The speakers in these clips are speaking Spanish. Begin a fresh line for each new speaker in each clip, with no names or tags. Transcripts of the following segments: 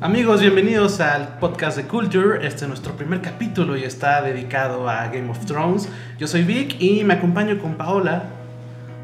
Amigos, bienvenidos al podcast de Culture. Este es nuestro primer capítulo y está dedicado a Game of Thrones. Yo soy Vic y me acompaño con Paola.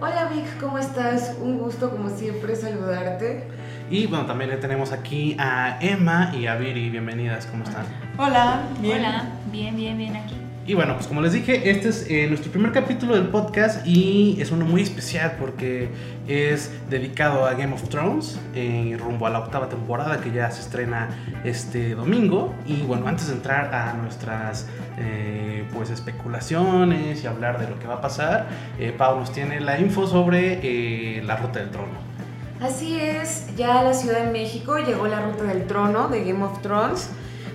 Hola Vic, ¿cómo estás? Un gusto como siempre saludarte.
Y bueno, también tenemos aquí a Emma y a Viri. Bienvenidas, ¿cómo están?
Hola, bien.
Hola, bien, bien, bien aquí.
Y bueno, pues como les dije, este es eh, nuestro primer capítulo del podcast y es uno muy especial porque es dedicado a Game of Thrones eh, rumbo a la octava temporada que ya se estrena este domingo. Y bueno, antes de entrar a nuestras eh, pues especulaciones y hablar de lo que va a pasar, eh, Pau nos tiene la info sobre eh, la Ruta del Trono.
Así es, ya a la Ciudad de México llegó la ruta del trono de Game of Thrones.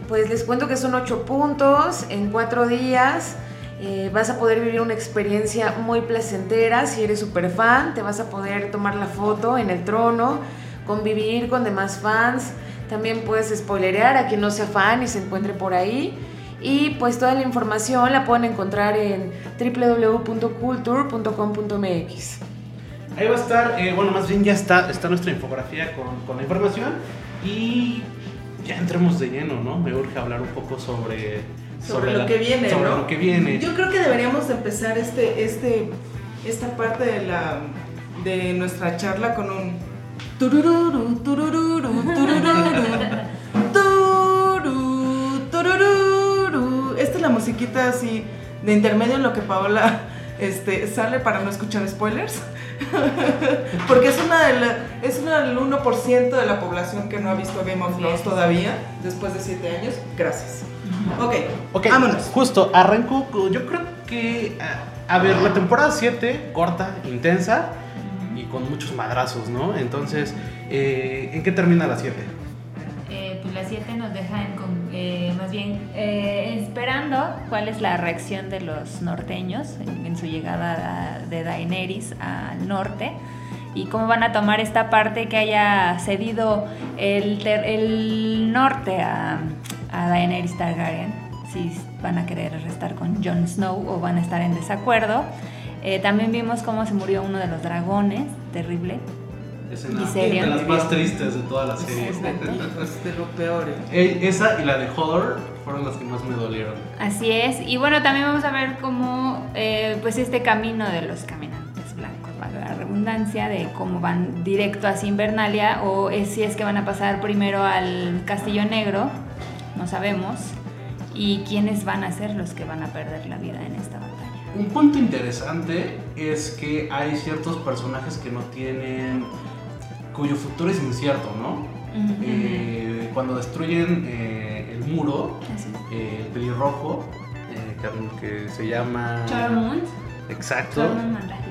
Pues les cuento que son ocho puntos en cuatro días. Eh, vas a poder vivir una experiencia muy placentera si eres súper fan. Te vas a poder tomar la foto en el trono, convivir con demás fans. También puedes spoilerear a quien no sea fan y se encuentre por ahí. Y pues toda la información la pueden encontrar en www.culture.com.mx.
Ahí va a estar, eh, bueno, más bien ya está, está nuestra infografía con, con la información y ya entremos de lleno, ¿no? Me urge hablar un poco sobre...
Sobre lo
la-
que viene,
Sobre
¿no?
lo que viene.
Yo creo que deberíamos de empezar este, este, esta parte de la de nuestra charla con un turururu, turururu, turururu, turu, turururu. Esta es la musiquita así de intermedio en lo que Paola este, sale para no escuchar spoilers. Porque es una de la- es una del 1% de la población que no ha visto Game of Thrones todavía, después de 7 años. Gracias. Ok,
Ok,
vámonos.
Justo, arranco, con- yo creo que... A, a ver, la temporada 7, corta, intensa y con muchos madrazos, ¿no? Entonces, eh, ¿en qué termina la 7?
Eh, pues las 7 nos dejan con, eh, más bien eh, esperando cuál es la reacción de los norteños en, en su llegada a- de Daenerys al norte y cómo van a tomar esta parte que haya cedido el, ter- el norte a, a Daenerys Targaryen, si van a querer restar con Jon Snow o van a estar en desacuerdo. Eh, también vimos cómo se murió uno de los dragones, terrible.
Escena
Viserion.
de las más tristes de toda la serie.
Exacto.
Es de lo peor. ¿eh?
Eh, Esa y la de Hodor fueron las que más me dolieron.
Así es, y bueno, también vamos a ver cómo, eh, pues este camino de los caminantes blancos, valga la redundancia, de cómo van directo hacia Invernalia o es- si es que van a pasar primero al Castillo Negro, no sabemos, y quiénes van a ser los que van a perder la vida en esta batalla.
Un punto interesante es que hay ciertos personajes que no tienen. cuyo futuro es incierto, ¿no?
Mm-hmm.
Eh, cuando destruyen eh, el muro,
Así es.
eh, el pelirrojo, eh, que- que se llama.
Tormund,
Exacto.
Tormund Mandrake.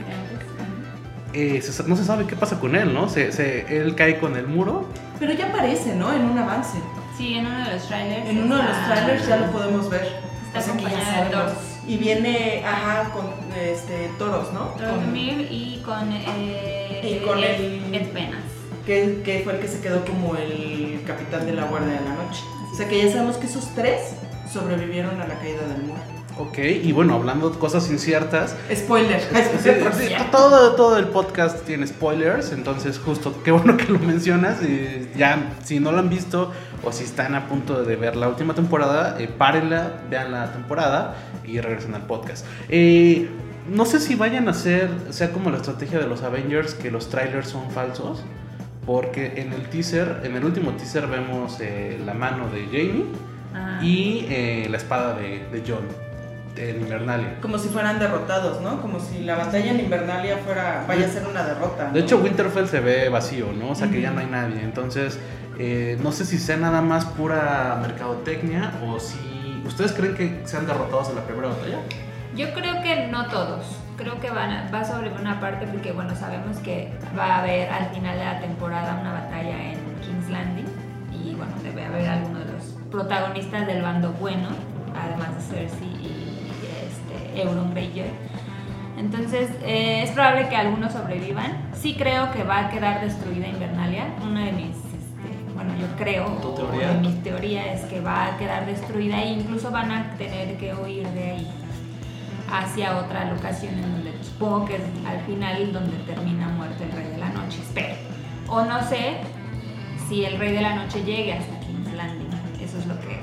Eh, se sa- no se sabe qué pasa con él, ¿no? Se- se- él cae con el muro.
Pero ya aparece, ¿no? En un avance.
Sí, en uno de los trailers.
En uno de los
está-
trailers ya lo podemos ver.
Está
Así que ya
acompañada de
sabemos.
toros.
Y viene, ajá, con este, toros, ¿no? Con-
Tormund y con, eh,
Y con
Ed-
el-
Ed Penas.
que, que fue el que se quedó como el capitán de la Guardia de la Noche. O sea que ya sabemos que esos tres sobrevivieron a la caída del muro.
Ok, y bueno, hablando de cosas inciertas,
Spoiler.
Sí, sí, todo, todo el podcast tiene spoilers, entonces justo qué bueno que lo mencionas. eh, ya, si no lo han visto o si están a punto de ver la última temporada, eh, párenla, vean la temporada y regresen al podcast. Eh, no sé si vayan a hacer, sea como la estrategia de los Avengers, que los trailers son falsos, porque en el teaser, en el último teaser vemos eh, la mano de Jamie
Ajá.
y eh, la espada de, de John en Invernalia.
Como si fueran derrotados, ¿no? Como si la batalla en Invernalia fuera, vaya a ser una derrota.
De
¿no?
hecho, Winterfell se ve vacío, ¿no? O sea, que ya
Ujú.
no hay nadie. Entonces, eh, no sé si sea nada más pura mercadotecnia o si... ¿Ustedes creen que sean derrotados en la primera batalla?
Yo creo que no todos. Creo que van a- va sobre una parte porque, bueno, sabemos que va a haber al final de la temporada una batalla en King's Landing y, bueno, debe haber alguno de los protagonistas del bando bueno, además de Cersei y este, Euron Greyjoy. Entonces, eh, es probable que algunos sobrevivan. Sí creo que va a quedar destruida Invernalia. Una de mis, este, bueno, yo creo,
¿Tu
o
teoría?
de mi teoría es que va a quedar destruida e incluso van a tener que huir de ahí hacia otra locación en donde pues, supongo que es al final donde termina muerto el Rey de la Noche, espero. O no sé si el Rey de la Noche llegue hasta aquí. Landing. Eso es lo que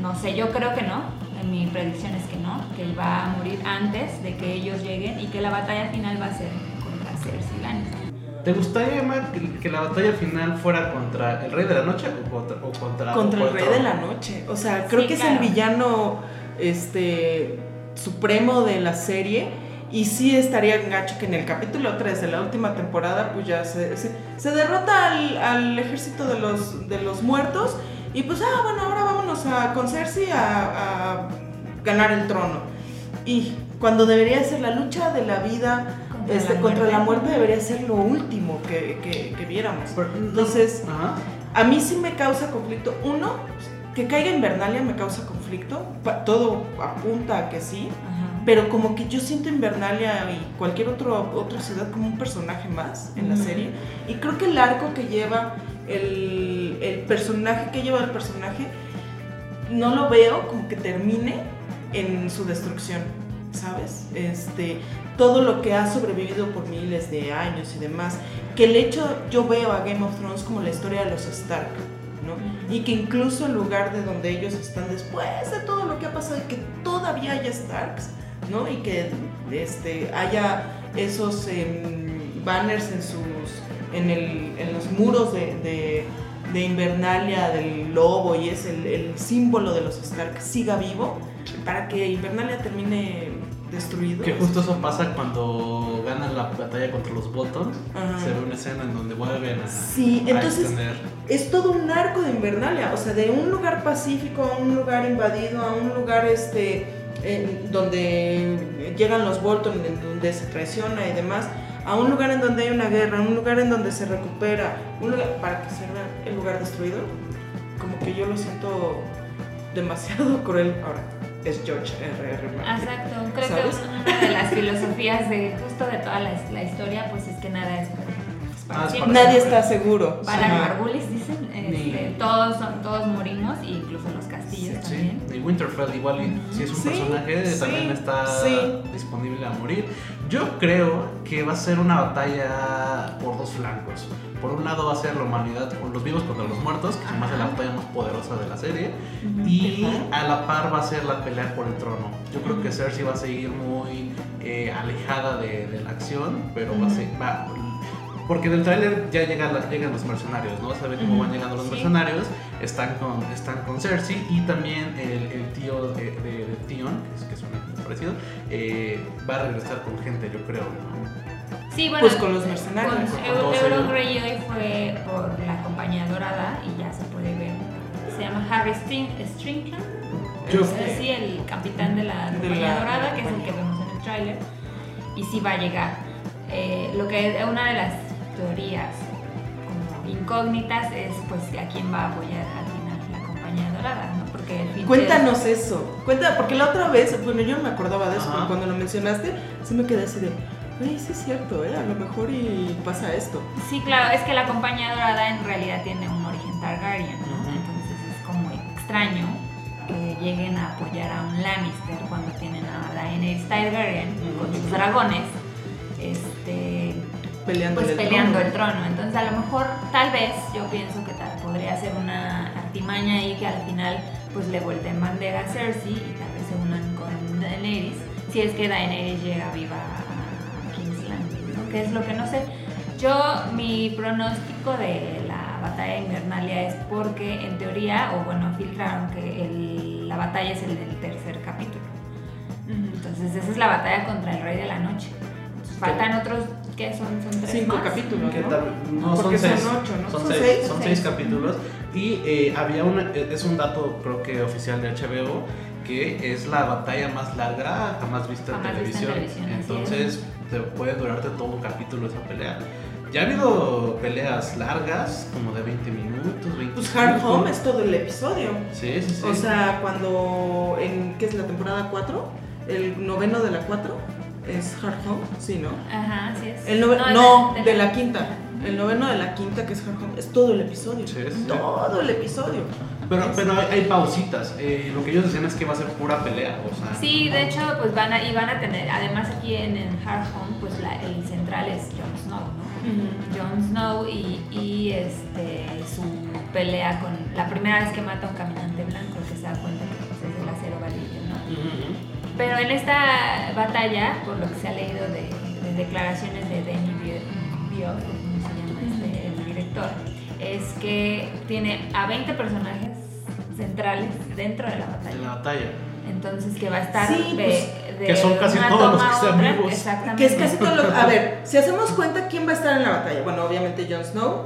no sé, yo creo que no. En mi predicción es que no, que él va a morir antes de que ellos lleguen y que la batalla final va a ser contra Cersei Lannister.
¿Te gustaría, Matt, que, que la batalla final fuera contra el Rey de la Noche o contra... o contra,
Contra el
o
Rey de la Noche. O sea, creo
Sí,
que es
claro.
el villano este, supremo de la serie. Y sí estaría gacho que en el capítulo 3 de la última temporada, pues ya se, se, se derrota al, al ejército de los, de los muertos. Y pues, ah, bueno, ahora vámonos a, con Cersei a, a ganar el trono. Y cuando debería ser la lucha de la vida
Contra
contra, este,
la
la, contra la
muerte.
muerte, debería ser lo último que, que, que viéramos.
Pero-
Entonces,
Ajá.
a mí sí me causa conflicto. Uno, pues, que caiga en Bernalia me causa conflicto. Pa- Todo apunta a que sí.
Ajá.
Pero como que yo siento Invernalia y cualquier otro, otra ciudad como un personaje más en la
Ujú.
serie. Y creo que el arco que lleva el, el personaje, que lleva el personaje, no lo veo como que termine en su destrucción, ¿sabes? Este, todo lo que ha sobrevivido por miles de años y demás. Que el hecho, yo veo a Game of Thrones como la historia de los Stark, ¿no? y que incluso el lugar de donde ellos están después de todo lo que ha pasado y que todavía haya Starks, ¿no? Y que este, haya esos em, banners en sus en, el, en los muros de, de- de Invernalia del lobo y es el, el símbolo de los Stark siga vivo para que Invernalia termine destruido.
Que justo eso pasa cuando ganan la batalla contra los Bolton.
Ajá.
Se ve una escena en donde vuelven a,
Sí,
a
entonces-
extender.
es todo un arco de Invernalia, o sea, de un lugar pacífico a un lugar invadido, a un lugar este en donde llegan los Bolton, en donde se traiciona y demás, a un lugar en donde hay una guerra, a un lugar en donde se recupera, un lugar para que se vea el lugar destruido. Como que yo lo siento demasiado cruel ahora. Es George R. R. Martin.
Ah, Exacto, creo
¿Sabes?
que una- una de las filosofías de justo de toda la, la historia pues es que nada es para, es para
Ah, es
siempre.
para
Nadie está seguro.
Van a
Ajá.
Margulis, dicen, este,
Ni-
todos, son- todos morimos, e incluso los castillos
Sí,
también.
y Winterfell igual, y si es un
Sí,
personaje,
sí,
también está
sí.
disponible a morir. Yo creo que va a ser una batalla por dos flancos. Por un lado va a ser la humanidad, o los vivos contra los muertos, que además es la batalla más poderosa de la serie. Y a la par va a ser la pelea por el trono. Yo creo que Cersei va a seguir muy eh, alejada de, de la acción, pero va a ser... va- porque del tráiler ya llegan, las- llegan los mercenarios, ¿no? Saben cómo van llegando los
Sí.
mercenarios. Están con, están con Cersei y también el, el tío de, de- de Tion, que es, que es un parecido, eh, va a regresar con gente, yo creo, ¿no?
Sí, bueno,
Pues con los mercenarios.
con
con
Eu-
todos
Euron
ellos.
Greyjoy fue por la compañía dorada y ya se puede ver. Se llama Harry String Strickland,
Yo-
es así el capitán de la
De
compañía
la-
dorada,
la
que es el
compañía.
que vemos en el tráiler, y sí va a llegar. Eh, lo que es una de las teorías como incógnitas es pues a quién va a apoyar al final la compañía dorada, ¿no? Porque el fin
Cuéntanos eso. Cuenta, porque la otra vez, bueno, yo no me acordaba de eso,
Ajá.
pero cuando lo mencionaste, sí me quedé así de, ay, sí es cierto, ¿eh? a lo mejor y pasa esto.
Sí, claro, es que la compañía dorada en realidad tiene un origen Targaryen, ¿no?
Ujú.
Entonces es como extraño que lleguen a apoyar a un Lannister cuando tienen a Daenerys Targaryen con sus dragones, este,
Peleando
pues peleando el trono. Entonces a lo mejor, tal vez, yo pienso que tal podría ser una artimaña ahí que al final pues le vuelten bandera a Cersei y tal vez se unan con Daenerys, si es que Daenerys llega viva a King's Landing, ¿no? Que es lo que no sé. Yo, mi pronóstico de la batalla invernalia es porque en teoría, o bueno, filtraron que el- la batalla es el del tercer capítulo. Entonces esa es la batalla contra el Rey de la Noche. Faltan otros, ¿qué son? Son tres
Cinco
más.
capítulos,
que
¿no?
tal- no, son
Porque son
seis.
ocho, ¿no?
Son
Son
seis,
seis,
son
son
seis
seis.
capítulos. Y eh, había una, es un dato creo que oficial de HBO, que es la batalla más larga jamás vista en
Jamás vista en
televisión.
televisión, así
Entonces te puede durarte todo un capítulo esa pelea. Ya ha habido peleas largas, como de 20 minutos, 20
Pues Hard
minutos.
Home es todo el episodio.
Sí, sí, sí.
O sea, cuando, en, ¿qué es la temporada 4? El noveno de la 4 es Hard Home, sí, ¿no?
Ajá, así es.
El noveno,
es
no,
del-
de la quinta. El noveno de la quinta que es Hard Home, es todo el episodio.
Sí, sí.
Todo el episodio.
pero pero hay, hay pausitas. Eh, lo que ellos decían es que va a ser pura pelea. O sea,
Sí, de hecho, pues van a, y van a tener, además aquí en, el Hard Home, pues la- el central es Jon Snow, ¿no? Jon Snow y, y, este, su pelea con la primera vez que mata a un caminante blanco que se da cuenta que pues, es el acero valiente, ¿no? Pero en esta batalla, por lo que se ha leído de, de declaraciones de Danny Bio- Bio, como se llama este, el director, es que tiene a 20 personajes centrales dentro de la
En
batalla.
la batalla.
Entonces que va a estar
Sí,
de,
pues,
de
que son casi
una
todos
toma
los que
a
sean
otra.
vivos.
Exactamente.
Que es casi todo lo... A ver, si hacemos cuenta, ¿quién va a estar en la batalla? Bueno, obviamente Jon Snow,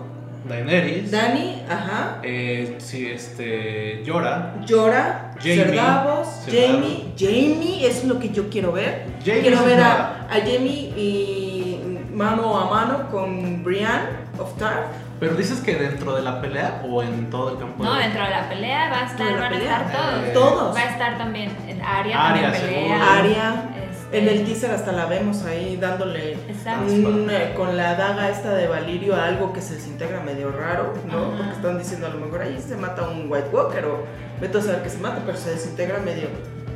Daenerys.
Dani, ajá,
eh, sí, este. Llora.
Llora,
Jaime.
Ser Davos,
Ser
Jamie. Jamie es lo que yo quiero ver.
Jaime
quiero
es
ver
nada.
a, a Jamie y mano a mano con Brian of Tarth.
Pero dices que dentro de la pelea o en todo el campo.
No,
de-
dentro de la pelea va a estar,
Dentro de la
van a
pelea.
estar todos.
Eh,
Todos.
Va a estar también en Aria
Arya,
también pelea.
seguro.
Aria.
Este,
En el teaser hasta la vemos ahí dándole
Exacto.
un, eh, con la daga esta de Valirio a algo que se desintegra medio raro, ¿no?
Ajá.
Porque están diciendo a lo mejor ahí se mata un White Walker o vete a saber que se mata, pero se desintegra medio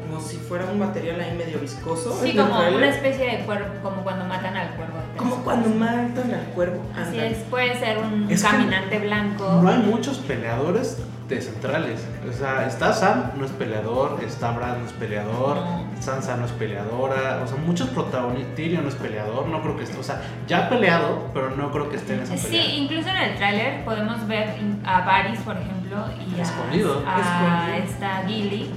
como si fuera un material ahí medio viscoso.
Sí,
Es del
como
tráiler.
una especie de cuervo, como cuando matan al cuervo. de
Como
Tarzán.
cuando matan al cuervo.
Así
ándale.
es, puede ser un
Es que
caminante blanco.
No hay muchos peleadores de centrales. O sea, está Sam, no es peleador. Está Bran, no es peleador.
No.
Sansa no es peleadora. O sea, muchos protagonistas. Tyrion no es peleador. No creo que esté. O sea, ya ha peleado, pero no creo que esté en esa
Sí,
pelea.
incluso en el tráiler podemos ver in- a Varys, por ejemplo, y a,
Escondido.
a
Escondido.
esta Gilly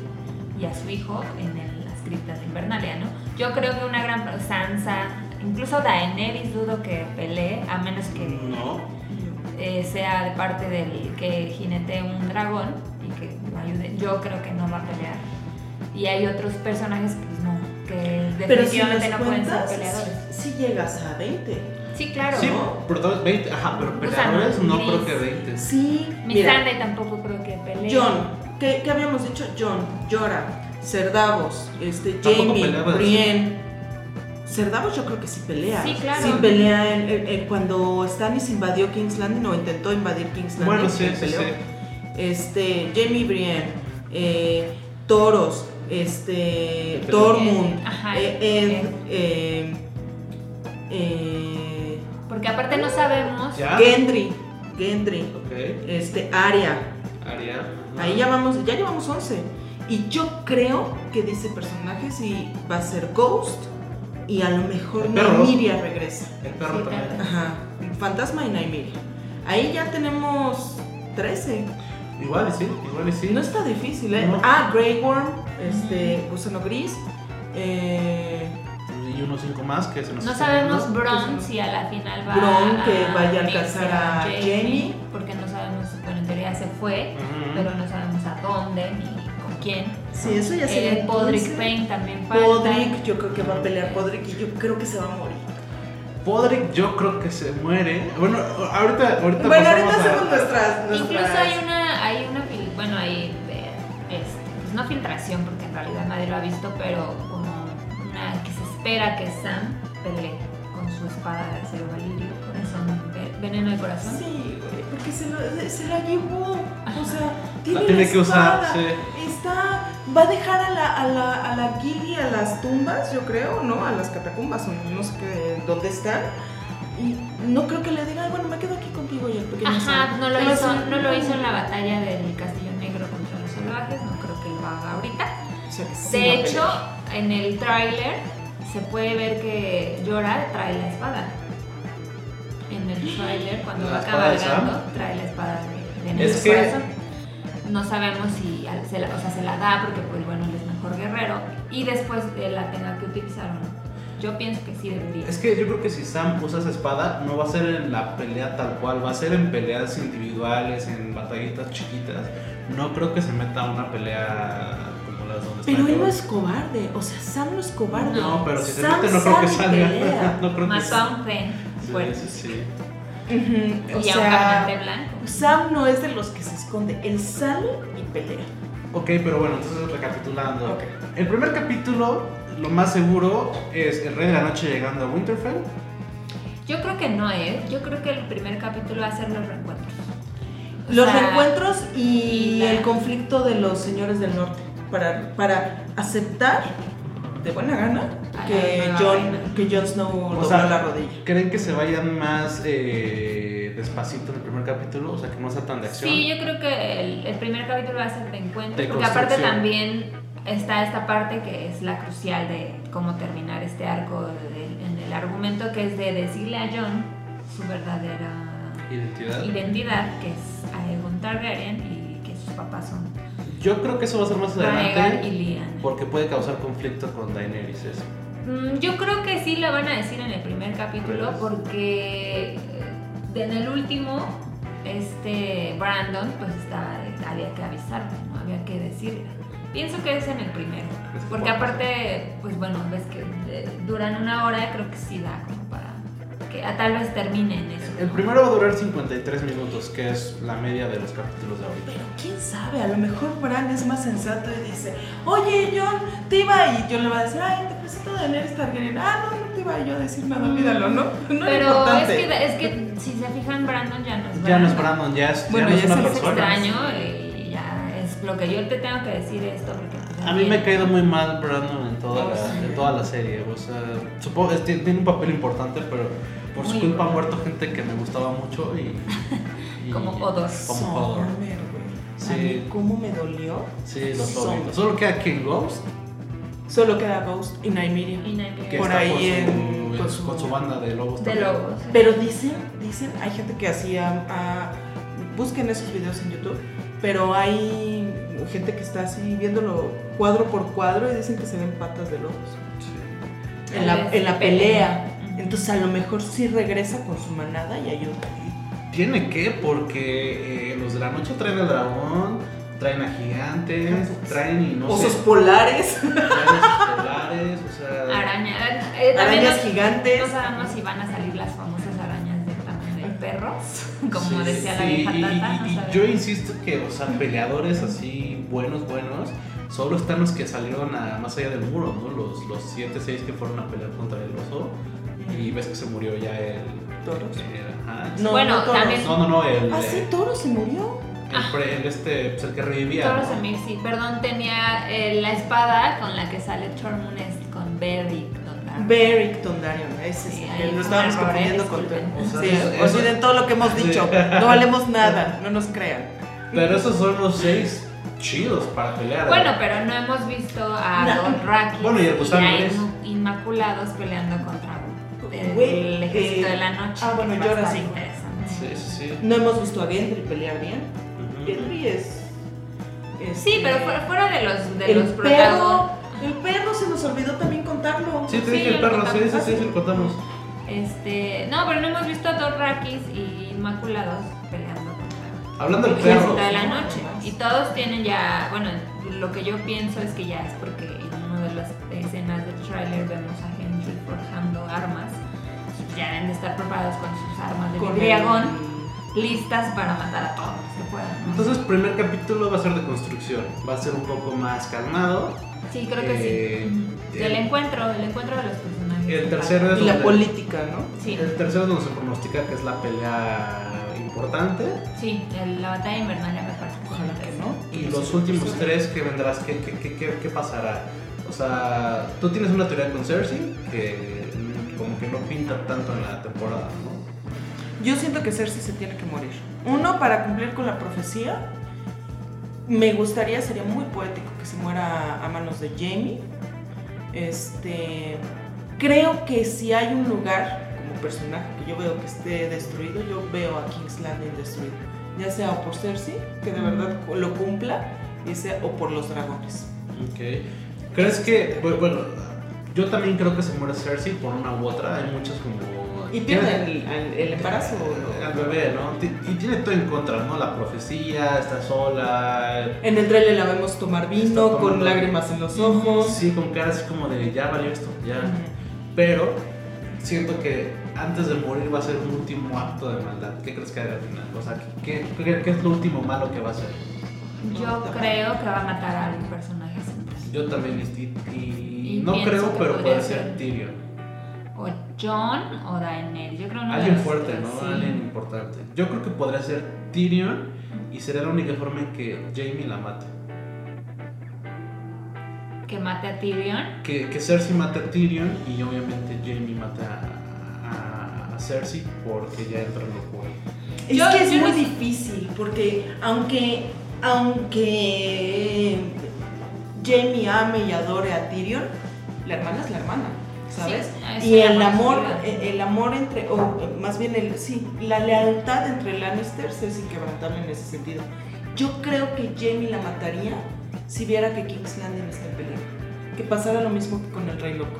y a su hijo en el- las criptas de Invernalia, ¿no? Yo creo que una gran pro- Sansa, incluso Daenerys dudo que pelee, a menos que
No.
eh, sea de parte del que jinete un dragón y que lo ayude. Yo creo que no va a pelear. Y hay otros personajes, pues no, que
Pero si
definitivamente
las
no
cuentas,
pueden ser peleadores.
si llegas a 20.
Sí, claro.
Sí, protagonistas 20. Ajá, pero
O sea,
peleadores no
Liz.
creo que 20.
Sí, mira.
Missandei tampoco creo que pelee.
John, ¿qué, qué habíamos dicho? John, Llora, Cerdavos, este,
Tampoco
Jamie,
peleaba,
Brienne. Cerdavos yo creo que sí pelea.
Sí, claro.
Sí pelea en- en- en cuando Stannis invadió King's Landing o intentó invadir King's Landing.
Bueno, sí,
él
sí,
peleó.
sí.
Este, Jamie Brienne, eh, Toros, este,
Pero-
Tormund,
Ajá,
eh, Ed, eh, eh,
Porque aparte no sabemos.
Ya.
Gendry, Gendry,
Ok.
este, Aria.
Aria. ajá.
Ahí ya vamos, ya llevamos 11. Y yo creo que dice personajes y va a ser Ghost y a lo mejor
El perro.
Nymeria regresa.
El perro
Sí,
también.
claro.
Ajá, Fantasma y Nymeria. Ahí ya tenemos 13.
Igual y sí, igual y sí.
No está difícil, ¿eh?
No.
Ah, Grey Worm, este, Gusano Gris. Eh,
Y unos cinco más que se nos
No
están
sabemos
yendo.
Bron si a la final va
Bron, que vaya a
unirse
alcanzar a
Jaime,
Jaime.
Porque no sabemos, bueno, en teoría se fue,
Ujú.
pero no sabemos a dónde ni con quién.
sí, eso ya
Eh,
sería.
Podrick
15.
Payne también falta.
Podrick, yo creo que va a pelear Podrick y yo creo que se va a morir.
Podrick yo creo que se muere. Bueno, ahorita, ahorita
Bueno,
pasamos
ahorita
a-
hacemos nuestras.
Incluso
nuestras-
hay una, hay una, fil- bueno, hay, eh, es, pues no filtración porque en realidad nadie lo ha visto, pero como una que se espera que Sam pelee con su espada de acero valirio, corazón, ve- veneno de corazón.
Sí, güey, porque se, lo- se la llevó. O sea, tiene,
La tiene
la
que usar,
espada,
sí.
Está. Va a dejar a la, a la, a la Gilly a las tumbas, yo creo, ¿no? A las catacumbas, o no sé qué, dónde están. Y no creo que le diga, "Ay, bueno, me quedo aquí contigo y el pequeño.
Ajá,
Sam".
no lo,
Además,
hizo, no lo hizo en la batalla del Castillo Negro contra los salvajes, no creo que lo haga ahorita.
o sea, que sí va a
De hecho,
pelear.
en el tráiler se puede ver que Llora trae la espada. En el tráiler, cuando
¿La
va
espada de Sam?
cabalgando, trae la espada de, de
Es
Nelson
que-
Corazón. No sabemos si al- se la, o sea, se la da porque, pues bueno, él es mejor guerrero y después eh, la tenga que utilizar o no. Yo pienso que sí debería.
Es que yo creo que si Sam usa esa espada, no va a ser en la pelea tal cual, va a ser en peleas individuales, en batallitas chiquitas. No creo que se meta a una pelea como las donde está
Pero él
yo.
no es cobarde, o sea, Sam no es cobarde.
No, pero si se
Sam
mete no creo que
sabe
salga.
pelear.
No creo que
Mató a un Fen
sí,
fuerte
sí, sí.
Ujú, o
y a un caminante
sea,
blanco.
Sam no es de los que se esconde, él sale y pelea.
Ok, pero bueno, entonces recapitulando.
Ok.
El primer capítulo, lo más seguro, es el Rey de la Noche llegando a Winterfell.
Yo creo que no, ¿eh? Yo creo que el primer capítulo va a ser los reencuentros. O
Los
sea,
reencuentros y
y la-
el conflicto de los señores del norte para, para aceptar de buena gana
A
que
la- a la reina.
Jon, que Jon Snow dobló
O sea,
la rodilla.
¿Creen que se vayan más eh, despacito en el primer capítulo? O sea, que no sea tan de acción.
Sí, yo creo que el, el primer capítulo va a ser de encuentro.
De
porque aparte
construcción.
también está esta parte que es la crucial de cómo terminar este arco de- de- en el argumento, que es de decirle a John su verdadera
Identidad.
identidad, que es Aegon Targaryen y que sus papás son
Yo creo que eso va a ser más
Rhaegar y
adelante.
Lyanna.
Porque puede causar conflicto con Daenerys. eso.
Mm, Yo creo que sí la van a decir en el primer capítulo
¿Crees?
porque eh, en el último este Brandon pues estaba de- había que avisarle, no había que decirle. Pienso que es en el primero,
Es que
porque
puede
aparte pues bueno, ves que eh, duran una hora, creo que sí da como para que ah, tal vez termine en eso.
El
¿no?
primero va a durar 53 minutos, que es la media de los capítulos de ahorita.
Pero quién sabe, a lo mejor Bran es más sensato y dice, oye John, te iba y John le va a decir, ay, te presento a Daenerys Targaryen. Ah, no, no te iba yo a decir nada, olvídalo, ¿no? No era
Mm, Pero es
importante.
que, es que si se fijan Brandon ya no es
Ya no es Brandon, ya es, ya
Bueno,
no es
ya
una
se hizo
es
persona.
extraño y ya es lo que yo te tengo que decir esto porque pues,
A mí me
también-
ha caído muy mal Brandon en toda,
Oh,
la,
sí.
en toda la serie. O sea, supongo que tiene tiene un papel importante, pero por su
Muy
culpa ha muerto gente que me gustaba mucho y. y-
Como Hodor.
Como Hodor.
Sommer, güey.
Sí.
A mí, ¿Cómo me dolió?
Sí, los
Son-
óvulos. Solo queda King Ghost,
Solo queda Ghost y Nymeria.
Y no hay
que
que-
Por
está
ahí
con, su,
en-
con, su, con su banda de lobos
De
también.
lobos.
Pero dicen, dicen, hay gente que hacía, ah, busquen esos videos en YouTube, pero hay gente que está así viéndolo cuadro por cuadro y dicen que se ven patas de lobos
Sí.
en la, en la pelea.
Ujú.
Entonces a lo mejor sí regresa con su manada y ayuda.
Tiene que, porque eh, los de la noche traen al dragón, traen a gigantes, traen y no
Osos
sé.
polares,
Traen esos polares, o sea.
Araña. eh, también
arañas
no-
gigantes.
No sabemos si van a salir las famosas arañas del tamaño del perro, como
Sí,
decía la
sí,
vieja
y-
Tata.
y-
no
y
sabemos.
yo insisto que, o sea, peleadores así buenos, buenos, solo están los que salieron a- más allá del muro, ¿no? Los, los 7, 6 que fueron a pelear contra el oso y ves que se murió ya el...
¿Toros?
el- ajá.
No,
Bueno,
no toros.
también-
No, no, no, el...
Ah, sí,
eh,
Toro se murió.
el, pre- el este, pues, el que revivía.
Toros
¿no?
en Mixi, perdón, tenía eh, la espada con la que sale Tormund es con Berry.
Beric Dondarrion, ese
Ah. Sí,
sí,
ahí
lo
fue
estábamos
un error,
confundiendo
eh,
con
disculpen.
O sea,
Sí,
eso- eso-
olviden todo lo que hemos
Sí.
dicho, no valemos nada, no nos crean.
Pero esos son los 6 chidos para pelear.
Bueno,
¿no?
pero no hemos visto a
No.
Don Raki
Bueno, y el gusano
a
es.
Inma- Inmaculados peleando contra el,
Güey,
el ejército
eh,
de la noche.
ah, bueno,
que
yo
va a
ahora
estar
sí.
interesante.
Sí, sí, sí.
No hemos visto a Gendry pelear bien.
Ujú.
Gendry es. es-
Sí, pero fuera, fuera de los, de
el
los
perro.
protagonistas.
El perro se nos olvidó también contarlo.
Sí, te
Sí,
dije el
lo
perro, sí, sí,
contamos.
sí, sí, lo contamos.
Este, no, pero no hemos visto a dos Rakis y Inmaculados peleando contra
Hablando del
el
perro.
ejército de la noche. Y todos tienen ya, bueno, lo que yo pienso es que ya es porque en una de las escenas del tráiler vemos a Henry forjando armas. Ya deben de estar preparados con sus armas de
Con
vidriagón, listas para matar a todos los que puedan. ¿no?
Entonces, primer capítulo va a ser de construcción. Va a ser un poco más calmado.
sí, creo que
eh,
sí. Ujú.
el-
El encuentro, el encuentro de los personajes.
el tercero
el-
es
Y la
donde-
política, ¿no?
Sí,
El tercero es donde se pronostica que es la pelea importante.
sí, el- la batalla invernal ya me parece.
Ojalá que no.
Y los últimos tres que vendrás, ¿qué, qué, qué, qué- qué pasará? O sea, tú tienes una teoría con Cersei que mm, como que no pinta tanto en la temporada, ¿no?
Yo siento que Cersei se tiene que morir. Uno, para cumplir con la profecía. Me gustaría, sería muy poético que se muera a manos de Jamie. Este. Creo que si hay un lugar como personaje que yo veo que esté destruido, yo veo a King's Landing destruido. Ya sea o por Cersei, que de verdad lo cumpla, y sea o por los dragones.
Ok. ¿Crees que, bu- bueno, yo también creo que se muere Cersei por una u otra? Hay muchas como...
Y pierde el, el- el embarazo. ¿no?
Al bebé, ¿no? Ti- Y tiene todo en contra, ¿no? La profecía, está sola.
En el trailer la vemos tomar
Está
vino
tomando-
con lágrimas en los ojos.
Sí, con cara así como de ya valió esto, ya. Pero siento que antes de morir va a ser un último acto de maldad. ¿Qué crees que hará al final? O sea, ¿qué, qué, qué es lo último malo que va a hacer?
Yo creo que va a matar a algún personaje central.
Yo también, y, y-
Y
no
pienso
creo,
que
pero
podría
puede ser
ser.
Tyrion.
O John o Daenerys. Yo creo uno de
Alguien
los
fuerte,
tres,
¿no?
Ah, sí.
Alguien importante. Yo creo que podría ser Tyrion y será la única forma en que Jamie la mate.
que mate a Tyrion.
que, que Cersei mata a Tyrion y obviamente Jamie mata a, a- a Cersei porque ya entra en el juego.
Es
Yo-
que es
yo
muy
no-
difícil, porque aunque, aunque Jamie ame y adore a Tyrion, la hermana es la hermana, ¿sabes?
Sí, es
y
una
el
buena
amor,
figura.
eh, el amor entre, o eh, más bien el, sí, la lealtad entre Lannisters es inquebrantable en ese sentido. Yo creo que Jamie la mataría si viera que King's Landing está en peligro. Que pasara lo mismo que con el Rey Loco.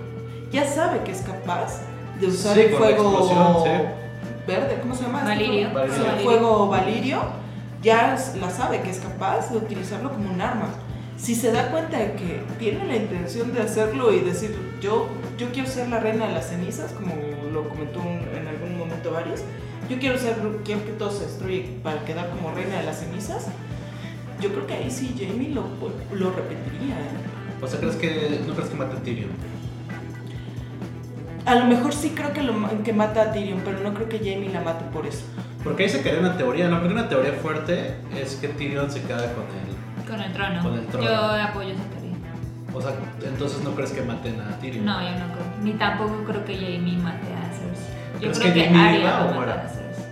Ya sabe que es capaz de usar
Sí,
el
con la
fuego
explosión, sí.
verde, ¿cómo se llama? Este
Valirio.
Valirio.
El fuego Valirio ya es- la sabe que es capaz de utilizarlo como un arma. Si se da cuenta de que tiene la intención de hacerlo y decir, yo, yo quiero ser la reina de las cenizas, como lo comentó un- en algún momento varios, yo quiero ser, quiero que todo se destruya para quedar como reina de las cenizas, yo creo que ahí sí Jamie lo, lo repetiría. ¿eh?
O sea, ¿crees que, ¿no crees que mata a Tyrion?
A lo mejor sí creo que, lo, ma- que mata a Tyrion, pero no creo que Jamie la mate por eso.
Porque ahí se crea una teoría, ¿no? Porque una teoría fuerte es que Tyrion se queda con él.
eh.
Con el trono.
Con el trono.
Yo apoyo esa teoría.
O sea, entonces no crees que maten a Tyrion.
No, yo no creo. Ni tampoco creo que Jamie mate a Cersei. Yo
¿Crees
creo
que
que,
Jaime
Arya
viva
va a
o
matar
muera?
a Cersei.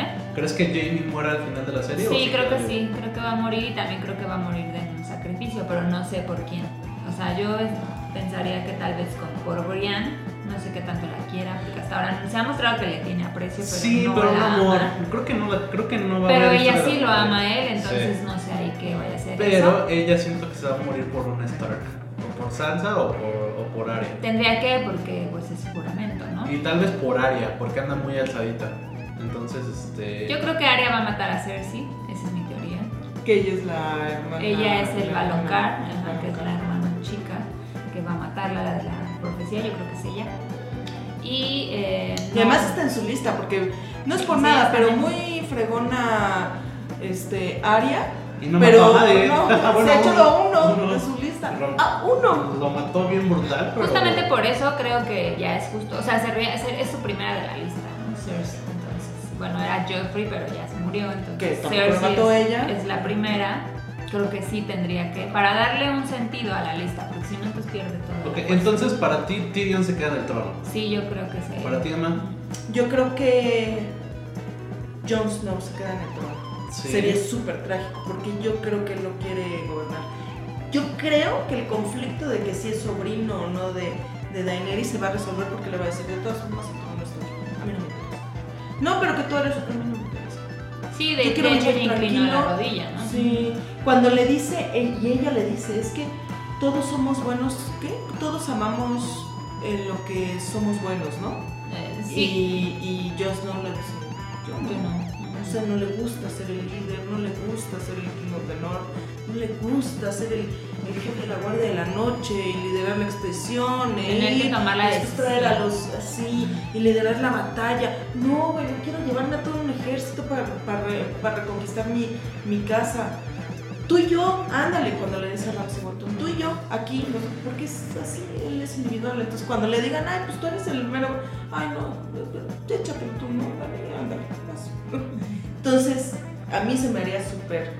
¿Eh?
¿Crees que Jamie muera al final de la serie? o
Sí,
se
creo
queda
que
vivo?
sí. Creo que va a morir y también creo que va a morir de un sacrificio, pero no sé por quién. O sea, yo es- pensaría que tal vez con, por Brian, no sé qué tanto la quiera, porque hasta ahora se ha mostrado que le tiene aprecio, pero
Sí,
no
pero
la
un amor.
ama.
Creo que no, la- creo que no va a
Pero
haber
ella
historia
sí
de-
lo ama a él, entonces
Sí.
no sé ahí qué vaya a ser. eso.
Pero ella siento que se va a morir por una Stark. O por Sansa o por, o por Arya.
Tendría que, porque pues es juramento, ¿no?
Y tal vez por Arya, porque anda muy alzadita. Entonces, este.
Yo creo que Arya va a matar a Cersei, esa es mi teoría.
Que ella es la hermana.
Ella es el
la hermana-
Baloncar, ajá, que es la
Baloncar.
hermana chica que va a matarla, la de la profecía, yo creo que es ella. Y, eh,
Y además está en su lista, porque no es por
Sí,
nada,
está
pero
bien.
muy fregona este, Aria.
Y no
pero
mató a nadie.
no,
Bueno,
se ha hecho a uno,
uno.
de su lista.
Lo-
¡A uno!
Lo mató bien brutal, pero.
justamente por eso creo que ya es justo, o sea, se re- se- es su primera de la lista, ¿no? Cersei. Entonces, bueno, era Joffrey, pero ya se murió,
Que
entonces
tampoco la mató
es,
ella.
es la primera. Creo que sí tendría que, para darle un sentido a la lista, porque si no, pues pierde todo.
Ok, entonces para ti, Tyrion se queda en el trono.
Sí, yo creo que sí.
Para ti, Emma.
Yo creo que Jon Snow se queda en el trono.
Sí.
Sería súper trágico, porque yo creo que él no quiere gobernar. Yo creo que el conflicto de que si es sobrino o no de, de Daenerys se va a resolver porque le va a decir, de todas formas, el trono es tuyo. A mí no me interesa. No, pero que tú eres... A mí no me interesa.
Sí, de,
Yo
de
quiero
hecho
vivir
ella inclinó la
tranquilo.
rodilla, ¿no?
Sí, cuando le dice, él- y ella le dice, es que todos somos buenos, ¿qué? Todos amamos eh, lo que somos buenos, ¿no?
Eh, sí.
Y, y Jon Snow le dice, yo
Yo
no.
no.
O sea, no le gusta ser el líder, no le gusta ser el king of the north, no le gusta ser el, el jefe de la guardia de la noche y liderar la expedición, e
Tener que
ir,
tomar la
después traer a los así y liderar la batalla. No, güey, yo quiero llevarme a todo un ejército para, para, re- para reconquistar mi, mi casa. Tú y yo, ándale, cuando le dice a Ramsey Bolton, tú y yo, aquí, no sé, porque es así, él es individual. Entonces, cuando le digan, ay, pues tú eres el mero, ay, no, échate tú, no, dale, ándale, vas". Entonces, a mí se me haría súper.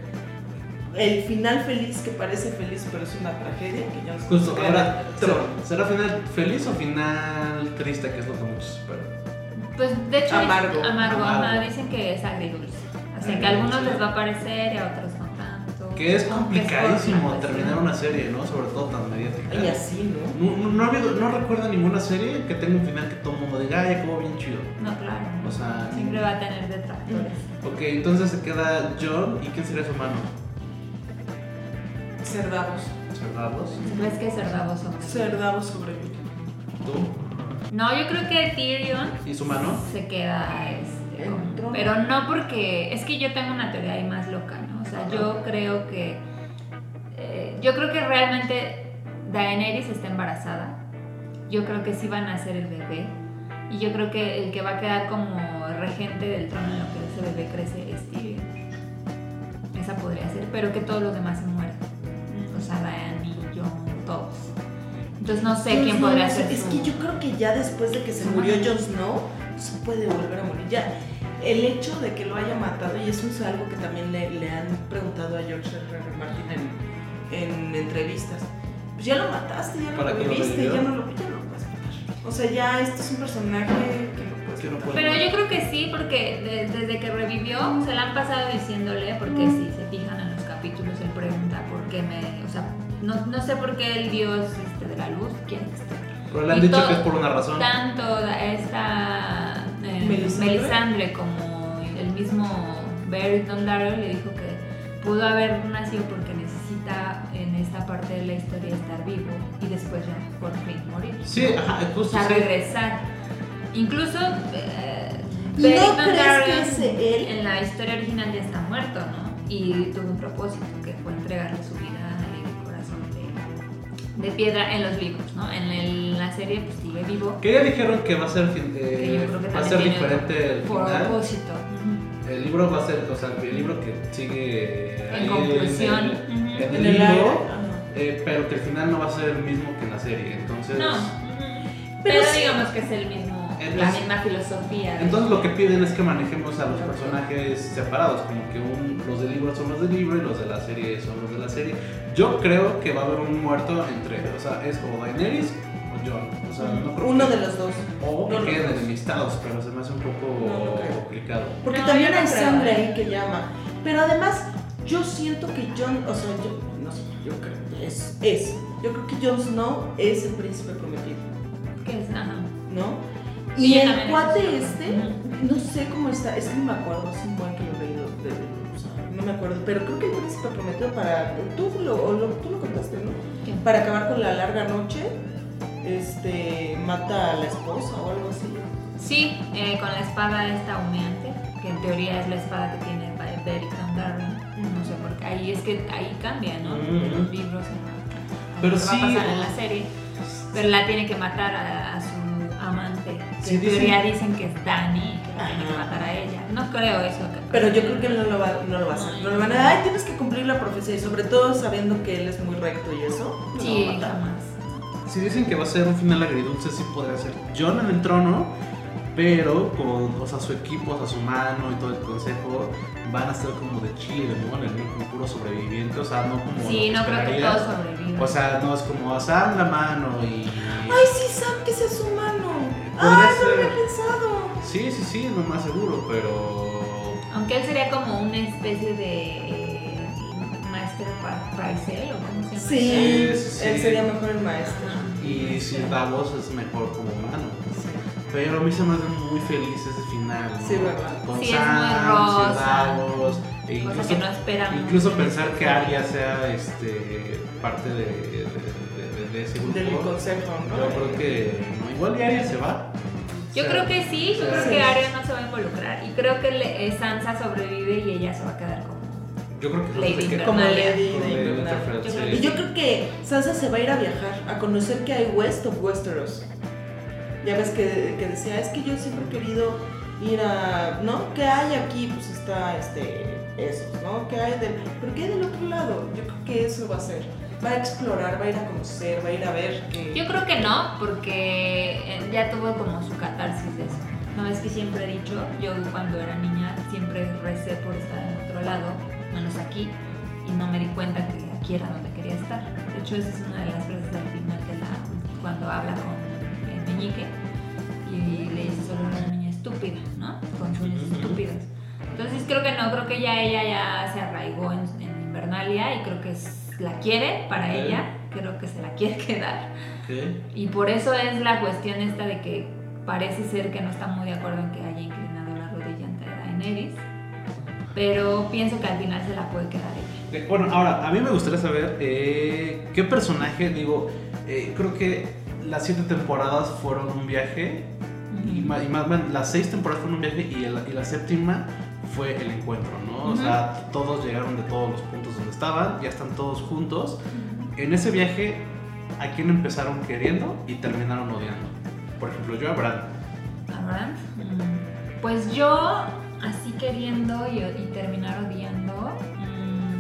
El final feliz que parece feliz, pero es una tragedia que ya
Justo, ahora, trono. ¿será final feliz o final triste? Que es lo que muchos esperan.
Pues de hecho
Amargo.
es amargo, ajá,
Amargo.
dicen que es agridulce. O sea,
Agridulce.
que a algunos les va a parecer y a otros no tanto.
Que es
Aunque
complicadísimo
por-
terminar una serie, ¿no? Sobre todo tan mediática.
Y así, ¿no?
No, no, no ha habido- no recuerdo ninguna serie que tenga un final que todo el mundo diga, ay, acabó bien chido.
No, claro.
O sea,
Siempre va a tener detractores.
ok, entonces se queda John y ¿quién sería su hermano?
Ser Davos.
Cerrados.
¿Ves que Cerdavos son?
Ser Davos sobre mí.
Tú
No, yo creo que Tyrion
y su mano.
se queda este,
El
con-
trono.
pero no porque es que yo tengo una teoría ahí más loca no o sea yo creo que eh, yo creo que realmente Daenerys está embarazada yo creo que sí van a hacer el bebé y yo creo que el que va a quedar como regente del trono en lo que ese bebé crece es Tyrion esa podría ser pero que todos los demás se mueran o sea Daenerys y Jon todos entonces no sé
Jon
quién
Snow,
podría
Pues no sé,
ser
Es
su-
que yo creo que ya después de que se
su
murió
mano.
Jon Snow, no se puede volver a morir. Ya, el hecho de que lo haya matado, y eso es algo que también le, le han preguntado a George R. R. Martin en, en entrevistas, pues ya lo mataste, ya
Para
lo
que lo
reviviste,
revivió.
ya no lo, ya no lo puedes matar. O sea, ya este es un personaje que no puedes
Que Pues no
matar.
puedes.
Pero yo creo que sí, porque de- desde que revivió se la han pasado diciéndole, porque si se fijan en los capítulos, él pregunta por qué me. O sea, no, no sé por qué el dios este, de la luz quiere que esté.
Pero le han
Y
dicho
todo-
que es por una razón.
Tanto esta eh,
Melisandre.
Melisandre como el mismo Beric Dondarrion le dijo que pudo haber nacido porque necesita en esta parte de la historia estar vivo y después ya por fin morir.
Sí, ajá,
O
justo
sea,
sí.
regresar. Incluso eh,
¿No
Beric
crees
Dondarrion
que es él?
en la historia original ya está muerto, ¿no? Y tuvo un propósito que fue entregarle su vida al corazón de, de piedra en los libros, ¿no? En el- la serie pues sigue vivo.
Que ya dijeron que va a ser, fin- eh,
Que yo creo que
va a
también
ser
tiene
diferente el
Por pues
final.
propósito.
El libro va a ser, o sea, el libro que sigue
En
ahí
conclusión.
en
Ujú.
el, en el
En el aire.
libro,
Ajá.
eh, pero que el final no va a ser el mismo que en la serie. Entonces,
No. ujú. Pero,
Pero sí.
digamos que es el mismo, la
Entonces-
misma filosofía. de-
entonces lo que piden es que manejemos a los personajes separados, como que un- los del libro son los del libro y los de la serie son los de la serie. Yo creo que va a haber un muerto entre, o sea, es o Daenerys o Jon. O sea, no creo
Uno
que-
de los dos.
O
No
que
lo
queden
creo.
enemistados, pero se me hace un poco
No lo creo.
complicado.
Porque
No,
también
yo no
hay
creo. ¿eh?
sangre ahí que llama. Pero además, yo siento que John, o sea, yo, no sé, yo creo que es, es. Yo creo que Jon Snow es el príncipe prometido,
que es, ajá.
¿no?
Sí,
Y
yo
el
también eso
cuate
sí.
este,
Ujú.
no sé cómo está, es que no me acuerdo, es un buen que lo he leído, de- de- o sea, no me acuerdo, pero creo que el príncipe prometido para, tú lo, o lo- tú lo contaste, ¿no?
¿Qué?
Para acabar con la larga noche, este, mata a la esposa o algo así.
Sí, eh, con la espada esta humeante, que en teoría es la espada que tiene Ba- Beric Dondarrion. No sé por qué. Ahí es que ahí cambia, ¿no? De
Ujú.
los libros a, a
Pero
lo que
sí,
va a pasar
o-
en la serie. Pero la tiene que matar a, a su amante. Que
Sí,
en
dicen-
teoría dicen que es Dani, que la tiene que
Ajá.
matar a ella. No creo eso. que
Pero
pase.
yo creo que él no lo va, no lo va a hacer. No lo van a ay, tienes que cumplir la profecía y sobre todo sabiendo que él es muy recto y eso. no lo
Sí,
va a matar.
jamás.
Si dicen que va a ser un final agridulce, sí podría ser John en el trono, pero con, o sea, su equipo, o sea, su mano y todo el consejo van a ser como de chile, ¿no? En el mundo como puro sobreviviente, o sea, no como.
pues
Sí,
lo
no creo que
esperaría.
todos sobrevivan.
O sea, no es como a Sam la mano y. eh,
Ay, sí, Sam, que sea su mano.
Ah,
Podría
Ay, no lo
ser.
había pensado.
Sí, sí, sí, es lo más seguro, pero.
Aunque él sería como una especie de eh, Master Pa- Paisel o cómo se llama.
Sí,
Sí, sí,
él
sí.
sería mejor el maestro.
Ajá.
Y si Davos es mejor como humano. Pero a mí se me hace muy feliz ese final, ¿no?
Sí, ¿verdad?
Con
Sí, es
Sam,
muy rosa.
Davos, e
Cosa
incluso,
que no esperamos.
incluso pensar que Arya sea este, parte de, de- de- de- de ese grupo.
Del consejo, ¿no?
Yo creo que no, igual y Arya se va.
Yo
O sea,
creo que sí, yo
sí.
creo que Arya no se va a involucrar. Y creo que le- eh, Sansa sobrevive y ella se va a quedar como.
Yo creo que
Lady
se queda
Como
Como
Lady
con
de
Lady
Inglaterra.
Winterfell,
Yo
sí.
creo
Y yo creo que Sansa se va a ir a viajar, a conocer que hay West of Westeros. Ya ves que, que decía, es que yo siempre he querido ir a. ¿No? ¿Qué hay aquí? Pues está este. Esos, ¿no? ¿Qué hay del. ¿Pero qué hay del otro lado? Yo creo que eso va a ser. Va a explorar, va a ir a conocer, va a ir a ver. eh, Que...
Yo creo que no, porque eh, ya tuvo como su catarsis de eso. No es que siempre he dicho, yo cuando era niña siempre recé por estar en otro lado, menos aquí, y no me di cuenta que aquí era donde quería estar. De hecho, esa es una de las frases del final de la. cuando habla con eh, Meñique y le dice solo una niña estúpida, ¿no? Con sueños
Ujú.
estúpidos. Entonces creo que no, creo que ya ella ya se arraigó en, en Invernalia y creo que es- la quiere para
Ok.
ella, creo que se la quiere quedar.
Ok.
Y por eso es la cuestión esta de que parece ser que no está muy de acuerdo en que haya inclinado la rodilla ante Daenerys, pero pienso que al final se la puede quedar ella.
Eh, Bueno, ahora, a mí me gustaría saber eh, qué personaje, digo, eh, creo que las siete temporadas fueron un viaje Y ma- y más, bien, las seis temporadas fueron un viaje y, el- y la séptima fue el encuentro, ¿no? O
Ujú.
sea, todos llegaron de todos los puntos donde estaban, ya están todos juntos. En ese viaje, ¿a quién empezaron queriendo y terminaron odiando? Por ejemplo, yo a Bran.
¿Verdad? Mm. Pues yo, así queriendo y, y terminar odiando,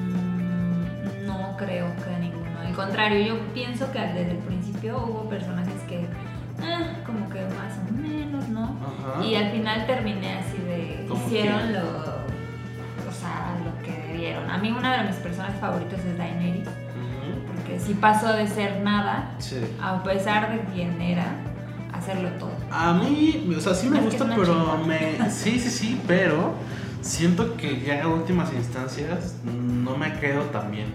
mm, no creo que a ninguno. Al contrario, yo pienso que desde el principio hubo personajes que, ah, como que más o menos, ¿no?
Ajá.
Y al final terminé así de.
Ah. ¿Cómo
Hicieron
quién?
lo. O sea, lo que debieron. A mí, una de mis personas favoritas es Daenerys.
Ujú.
Porque porque sí pasó de ser nada,
Sí.
a pesar de quién era, a hacerlo todo.
A mí, o sea, sí me
Es que
gusta,
es una
pero
chingona.
me. Sí, sí, sí, pero siento que ya en últimas instancias no me quedo tan bien.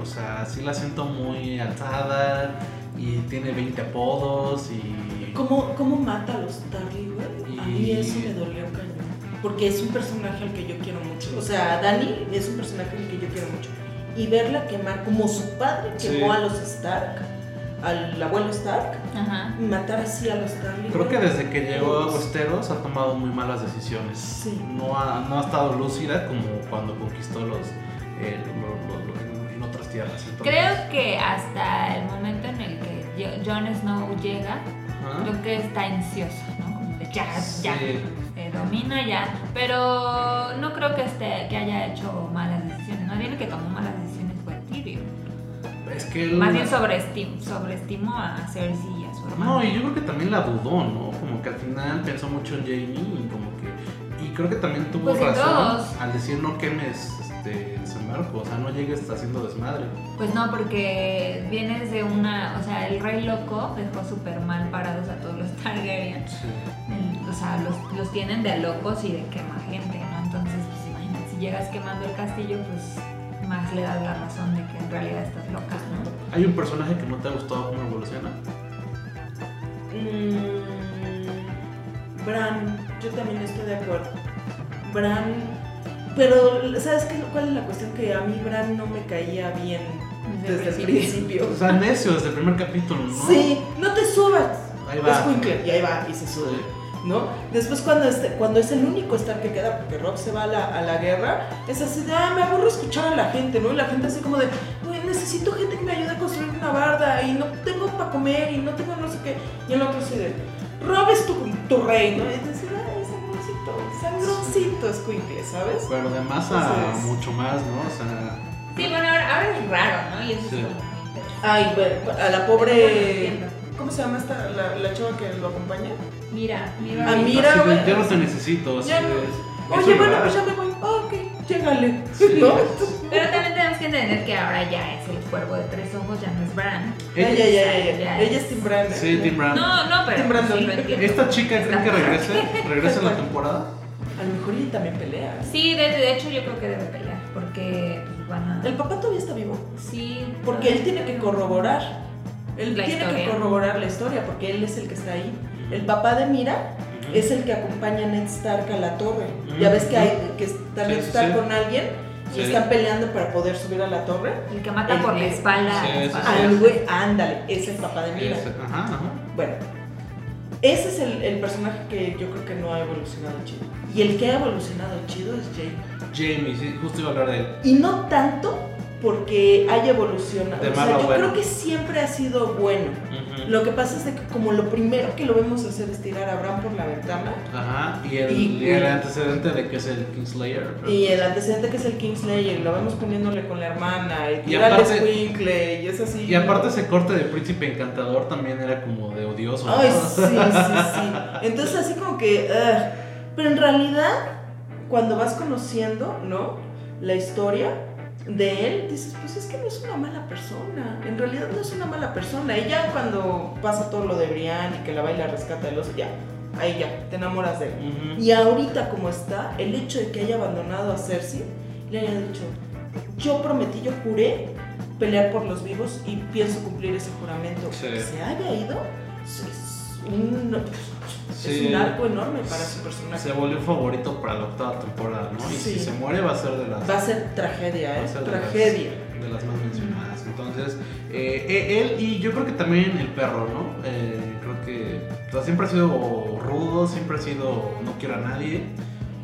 O sea, sí la siento muy alzada y tiene 20 apodos y.
¿Cómo, cómo mata a los Dudley, güey? A mí
Y-
eso me dolió cañón. Porque es un personaje al que yo quiero mucho. O sea, Dani es un personaje al que yo quiero mucho. Y verla quemar como su padre quemó
Sí.
a los Stark, al abuelo Stark,
Ajá.
y matar así a los Dudley.
Creo
güey.
que desde que llegó a Westeros ha tomado muy malas decisiones.
Sí.
No, ha, no ha estado lúcida como cuando conquistó los, eh, lo- lo- lo- en otras tierras. Entonces,
Creo que hasta el momento en el que Jo- Jon Snow llega,
Ajá.
creo que está ansioso, ¿no? Como de ya,
¿Ah? Sí.
ya, eh, domina ya. Pero no creo que, esté, que haya hecho malas decisiones. Más bien el que tomó malas decisiones fue Tyrion.
Es que él-
Más bien sobreestim- sobreestimó a Cersei y a su hermano.
No, y yo creo que también la dudó, ¿no? Como que al final pensó mucho en Jamie y como que. Y creo que también tuvo
Pues en
razón
todos.
al decir no quemes este, San Marco, o sea, no llegues haciendo desmadre.
Pues no, porque vienes de una. O sea, el rey loco dejó súper mal parados a todos los Targaryen. El- O sea, los, los tienen de a locos y de quema gente, ¿no? Entonces, pues imagínate, si llegas quemando el castillo, pues más le das la razón de que en realidad estás loca, ¿no?
Hay un personaje que no te ha gustado cómo evoluciona.
Mm, Bran, yo también estoy de acuerdo. Bran, pero ¿sabes qué, cuál es la cuestión? Que a mí Bran no me caía bien
Desde el
desde, el
principio.
principio.
O sea, necio desde el primer capítulo, ¿no?
Sí, no te subas.
Ahí
Es
va.
Quinkler, y ahí va, y se sube, ¿no? Después cuando es, cuando es el único estar que queda, porque Rob se va a la, a la guerra, es así de, ah, me aburro escuchar a la gente, ¿no? Y la gente así como de, "Güey, necesito gente que me ayude a construir una barda, y no tengo para comer, y no tengo no sé qué. Y el otro así de, Rob es tu, tu rey, ¿no? Y entonces, ay, sangroncito, sangroncito es Quinkler, ¿sabes?
Pero de masa
Entonces-
mucho más, ¿no? O sea,
Sí, bueno, ahora, ahora es raro, ¿no? Y eso
Sí.
es como muy interesante.
Ay, bueno, a la
Bueno,
pobre...
entiendo.
¿Cómo se llama esta, la, la chava que lo acompaña?
Mira, mira.
Ah,
A mí-
mira.
Ah, Mira,
así de,
güey.
yo no te necesito. así
Ya
de-
no.
es
Oye,
un
bueno,
lugar.
pues ya me voy. Ah, ok, llégale.
Sí.
¿No?
Pero también tenemos que entender que ahora ya es el cuervo de tres ojos, ya no es Bran.
Ella, ella, ella,
Ya.
ella. Ella es Tim Brand.
Sí, Tim Brand.
No, no, pero
Tim Brandon.
sí lo entiendo.
¿Esta chica creen que regrese? ¿Regrese en la temporada?
A lo mejor ella también pelea.
Sí, de, de hecho yo creo que debe pelear, porque pues, van
El
a...
papá todavía está vivo.
Sí. pues,
Porque él tiene que corroborar. Él
La
tiene
historia.
que corroborar la historia porque él es el que está ahí. El papá de Mira es el que acompaña a Ned Stark a la torre.
Ujú.
Ya ves que, hay, que está
Mm, Sí,
Ned
sí,
Stark
sí.
con alguien y
Sí.
están peleando para poder subir a la torre.
El que mata por la
El-
espalda.
Sí, sí,
espada.
Al güey, ándale, es el papá de Mira.
Es- Ajá, ajá.
Bueno, ese es el, el personaje que yo creo que no ha evolucionado chido. Y el que ha evolucionado chido es Jake.
Jamie, sí, justo iba a hablar de él.
Y no tanto porque haya evolucionado.
De
o
malo
sea,
a
yo
bueno.
creo que siempre ha sido bueno.
Ujú.
Lo que pasa es de que como lo primero que lo vemos hacer es tirar a Bran por la ventana.
Ajá, y el,
Y-
y el antecedente de que es el Kingslayer. pero-
Y el antecedente que es el Kingslayer, lo vemos poniéndole con la hermana, y
Y
tirar al
aparte-
escuincle, y es así.
Y aparte ese corte de príncipe encantador también era como de odioso. ¿no?
Ay, sí, sí, sí. Entonces así como que... ugh. Pero en realidad, cuando vas conociendo, ¿no? La historia de él, dices, pues es que no es una mala persona. En realidad no es una mala persona. Y ya cuando pasa todo lo de Brian y que la baila rescata de los... Ya, ahí ya, te enamoras de él.
Ujú.
Y ahorita como está, el hecho de que haya abandonado a Cersei, le haya dicho, yo prometí, yo juré pelear por los vivos y pienso cumplir ese juramento.
Sí.
Que se haya ido, es- es un,
Sí.
es un arco enorme para su personaje.
Se volvió favorito para la octava temporada, ¿no? Y si
Sí.
se muere va a ser de las...
Va a ser tragedia,
va
¿eh?
a ser de las-
Tragedia.
De las más mencionadas. Entonces, eh, eh, él y yo creo que también el perro, ¿no? Eh, creo que o sea, siempre ha sido rudo, siempre ha sido no quiero a nadie,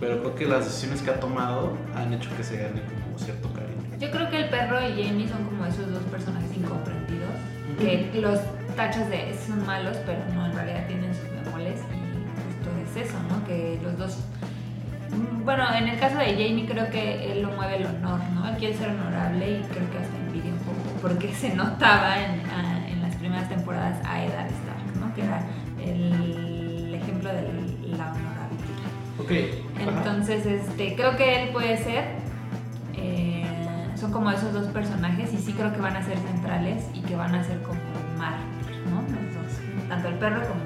pero creo que las decisiones que ha tomado han hecho que se gane como cierto cariño.
Yo creo que el perro y Jamie son como esos dos personajes incomprendidos, que los tachas de "Esos son malos, pero no, en realidad tienen sus memoles y justo es eso, ¿no? Que los dos... Mm, Bueno, en el caso de Jamie creo que él lo mueve el honor, ¿no? Él quiere ser honorable y creo que hasta envidia un poco, porque se notaba en, a- en las primeras temporadas a Eddard Stark, ¿no? Que era el ejemplo de la honorabilidad.
Ok. ajá.
Entonces, este, creo que él puede ser eh, Son como esos dos personajes y sí creo que van a ser centrales y que van a ser como mártir, ¿no? Los dos. Tanto el perro como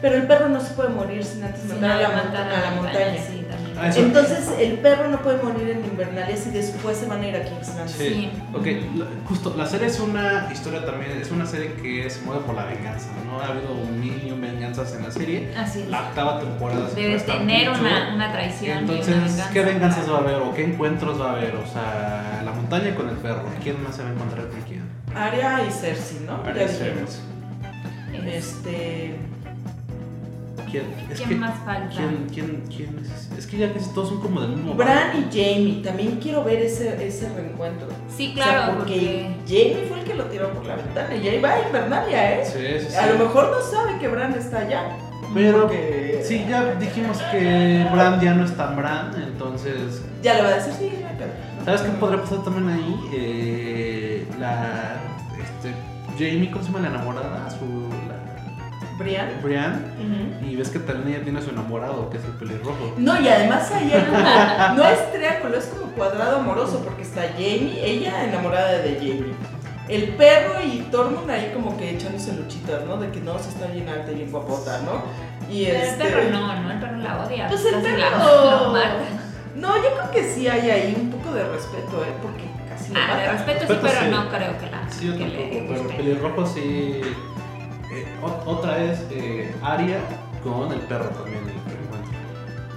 Pero el perro no se puede morir sin antes matar a la, montaña, a la montaña.
Sí, también.
Ah, eso.
Entonces el perro no puede morir en Invernalia y después se van a ir a Kingsland.
Sí. Ok, la- justo, la serie es una historia también, es una serie que se mueve por la venganza, ¿no? Ha habido un millón de venganzas en la serie.
Así es.
La octava temporada se
Debe
presta
tener
mucho.
una, una traición. y una
Entonces,
venganza.
¿qué venganzas va a haber o qué encuentros va a haber? O sea, la montaña con el perro. ¿Quién más se va a encontrar con quién?
Aria y Cersei, ¿no? Ya dijimos.
Es-
Este.
¿Quién, es
¿Quién
que-
más falta?
¿Quién, quién, quién es? Es que ya casi todos son como del mismo
Bran
barrio.
y Jamie, también quiero ver ese, ese reencuentro.
Sí,
O sea,
claro,
porque,
porque...
Jamie fue el que lo tiró por la ventana y ahí va a Invernalia, ¿eh?
Sí, sí, sí.
A lo mejor no sabe que Bran está allá.
Pero
porque
sí, ya dijimos que Bran ya no es tan Bran, entonces
Ya le va a decir, sí, me quedo.
¿Sabes qué podría pasar también ahí? Eh, la. Este. Jamie, ¿cómo se llama la enamorada? Su. La,
Brian.
Brian.
Ujú.
Y ves que también ella tiene a su enamorado, que es el pelirrojo.
No, y además ahí hay como- no es triángulo, es como cuadrado amoroso, porque está Jamie, ella enamorada de Jamie. El perro y Tormund ahí como que echándose luchitas, ¿no? De que no, se está bien alta y bien guapota, ¿no? Y
Pero
este...
el perro no, ¿no? El perro la odia.
Pues el
casi
perro.
la- lo mata.
No, yo creo que sí hay ahí un poco de respeto, ¿eh? Porque casi lo
Ah, de
mata.
respeto sí,
Respeto
pero
sí.
no creo que la...
Sí, yo
que le-
tampoco,
que
pero el
guste.
pelirrojo sí. Eh, o- otra es eh, Aria con el perro también, el reencuentro.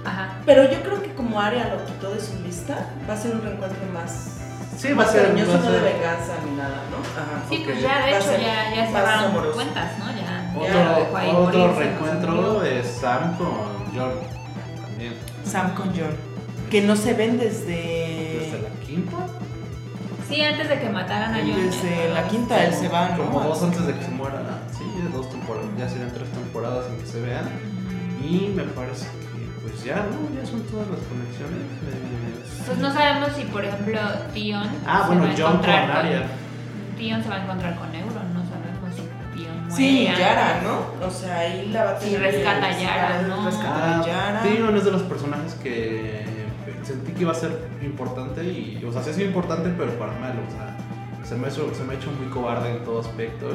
Ajá.
Pero yo creo que como Arya lo quitó de su lista, va a ser un reencuentro más...
Sí, va
más
a ser-
cariñoso,
va a
no de
ser-
venganza ni nada, ¿no? Ajá.
Sí,
Ok.
pues ya, de
Va a
hecho,
ser
ya, ya se
más
van
amoroso.
cuentas, ¿no? Ya. ya lo dejó ahí
Otro, otro
morirse, no
reencuentro
sé.
es Sam con John. También.
Sam con John. Que no se ven
Eh,
desde...
Desde la quinta.
Sí, antes de que mataran a John.
Desde la quinta él se va, ¿no?
Como dos antes de que se muera. Sí, dos temporadas. Ya serán tres temporadas en que se vean. Y me parece que pues ya, ¿no? Ya son todas las conexiones. Eh,
Pues no sabemos si, por ejemplo, Tion.
Ah,
se
bueno,
va a
John con
encontrar
Aria.
Tion se va a encontrar con Euron, no sabemos si Tion muere.
Sí,
antes.
Yara, ¿no? O sea, ahí la va a
Sí,
tener
rescata a Yara, ¿no?
Rescata a
Ah,
Yara.
Tyrion es de los personajes que sentí que iba a ser importante y, o sea, sí es importante, pero para mal, o sea, se me, ha hecho- se me ha hecho muy cobarde en todo aspecto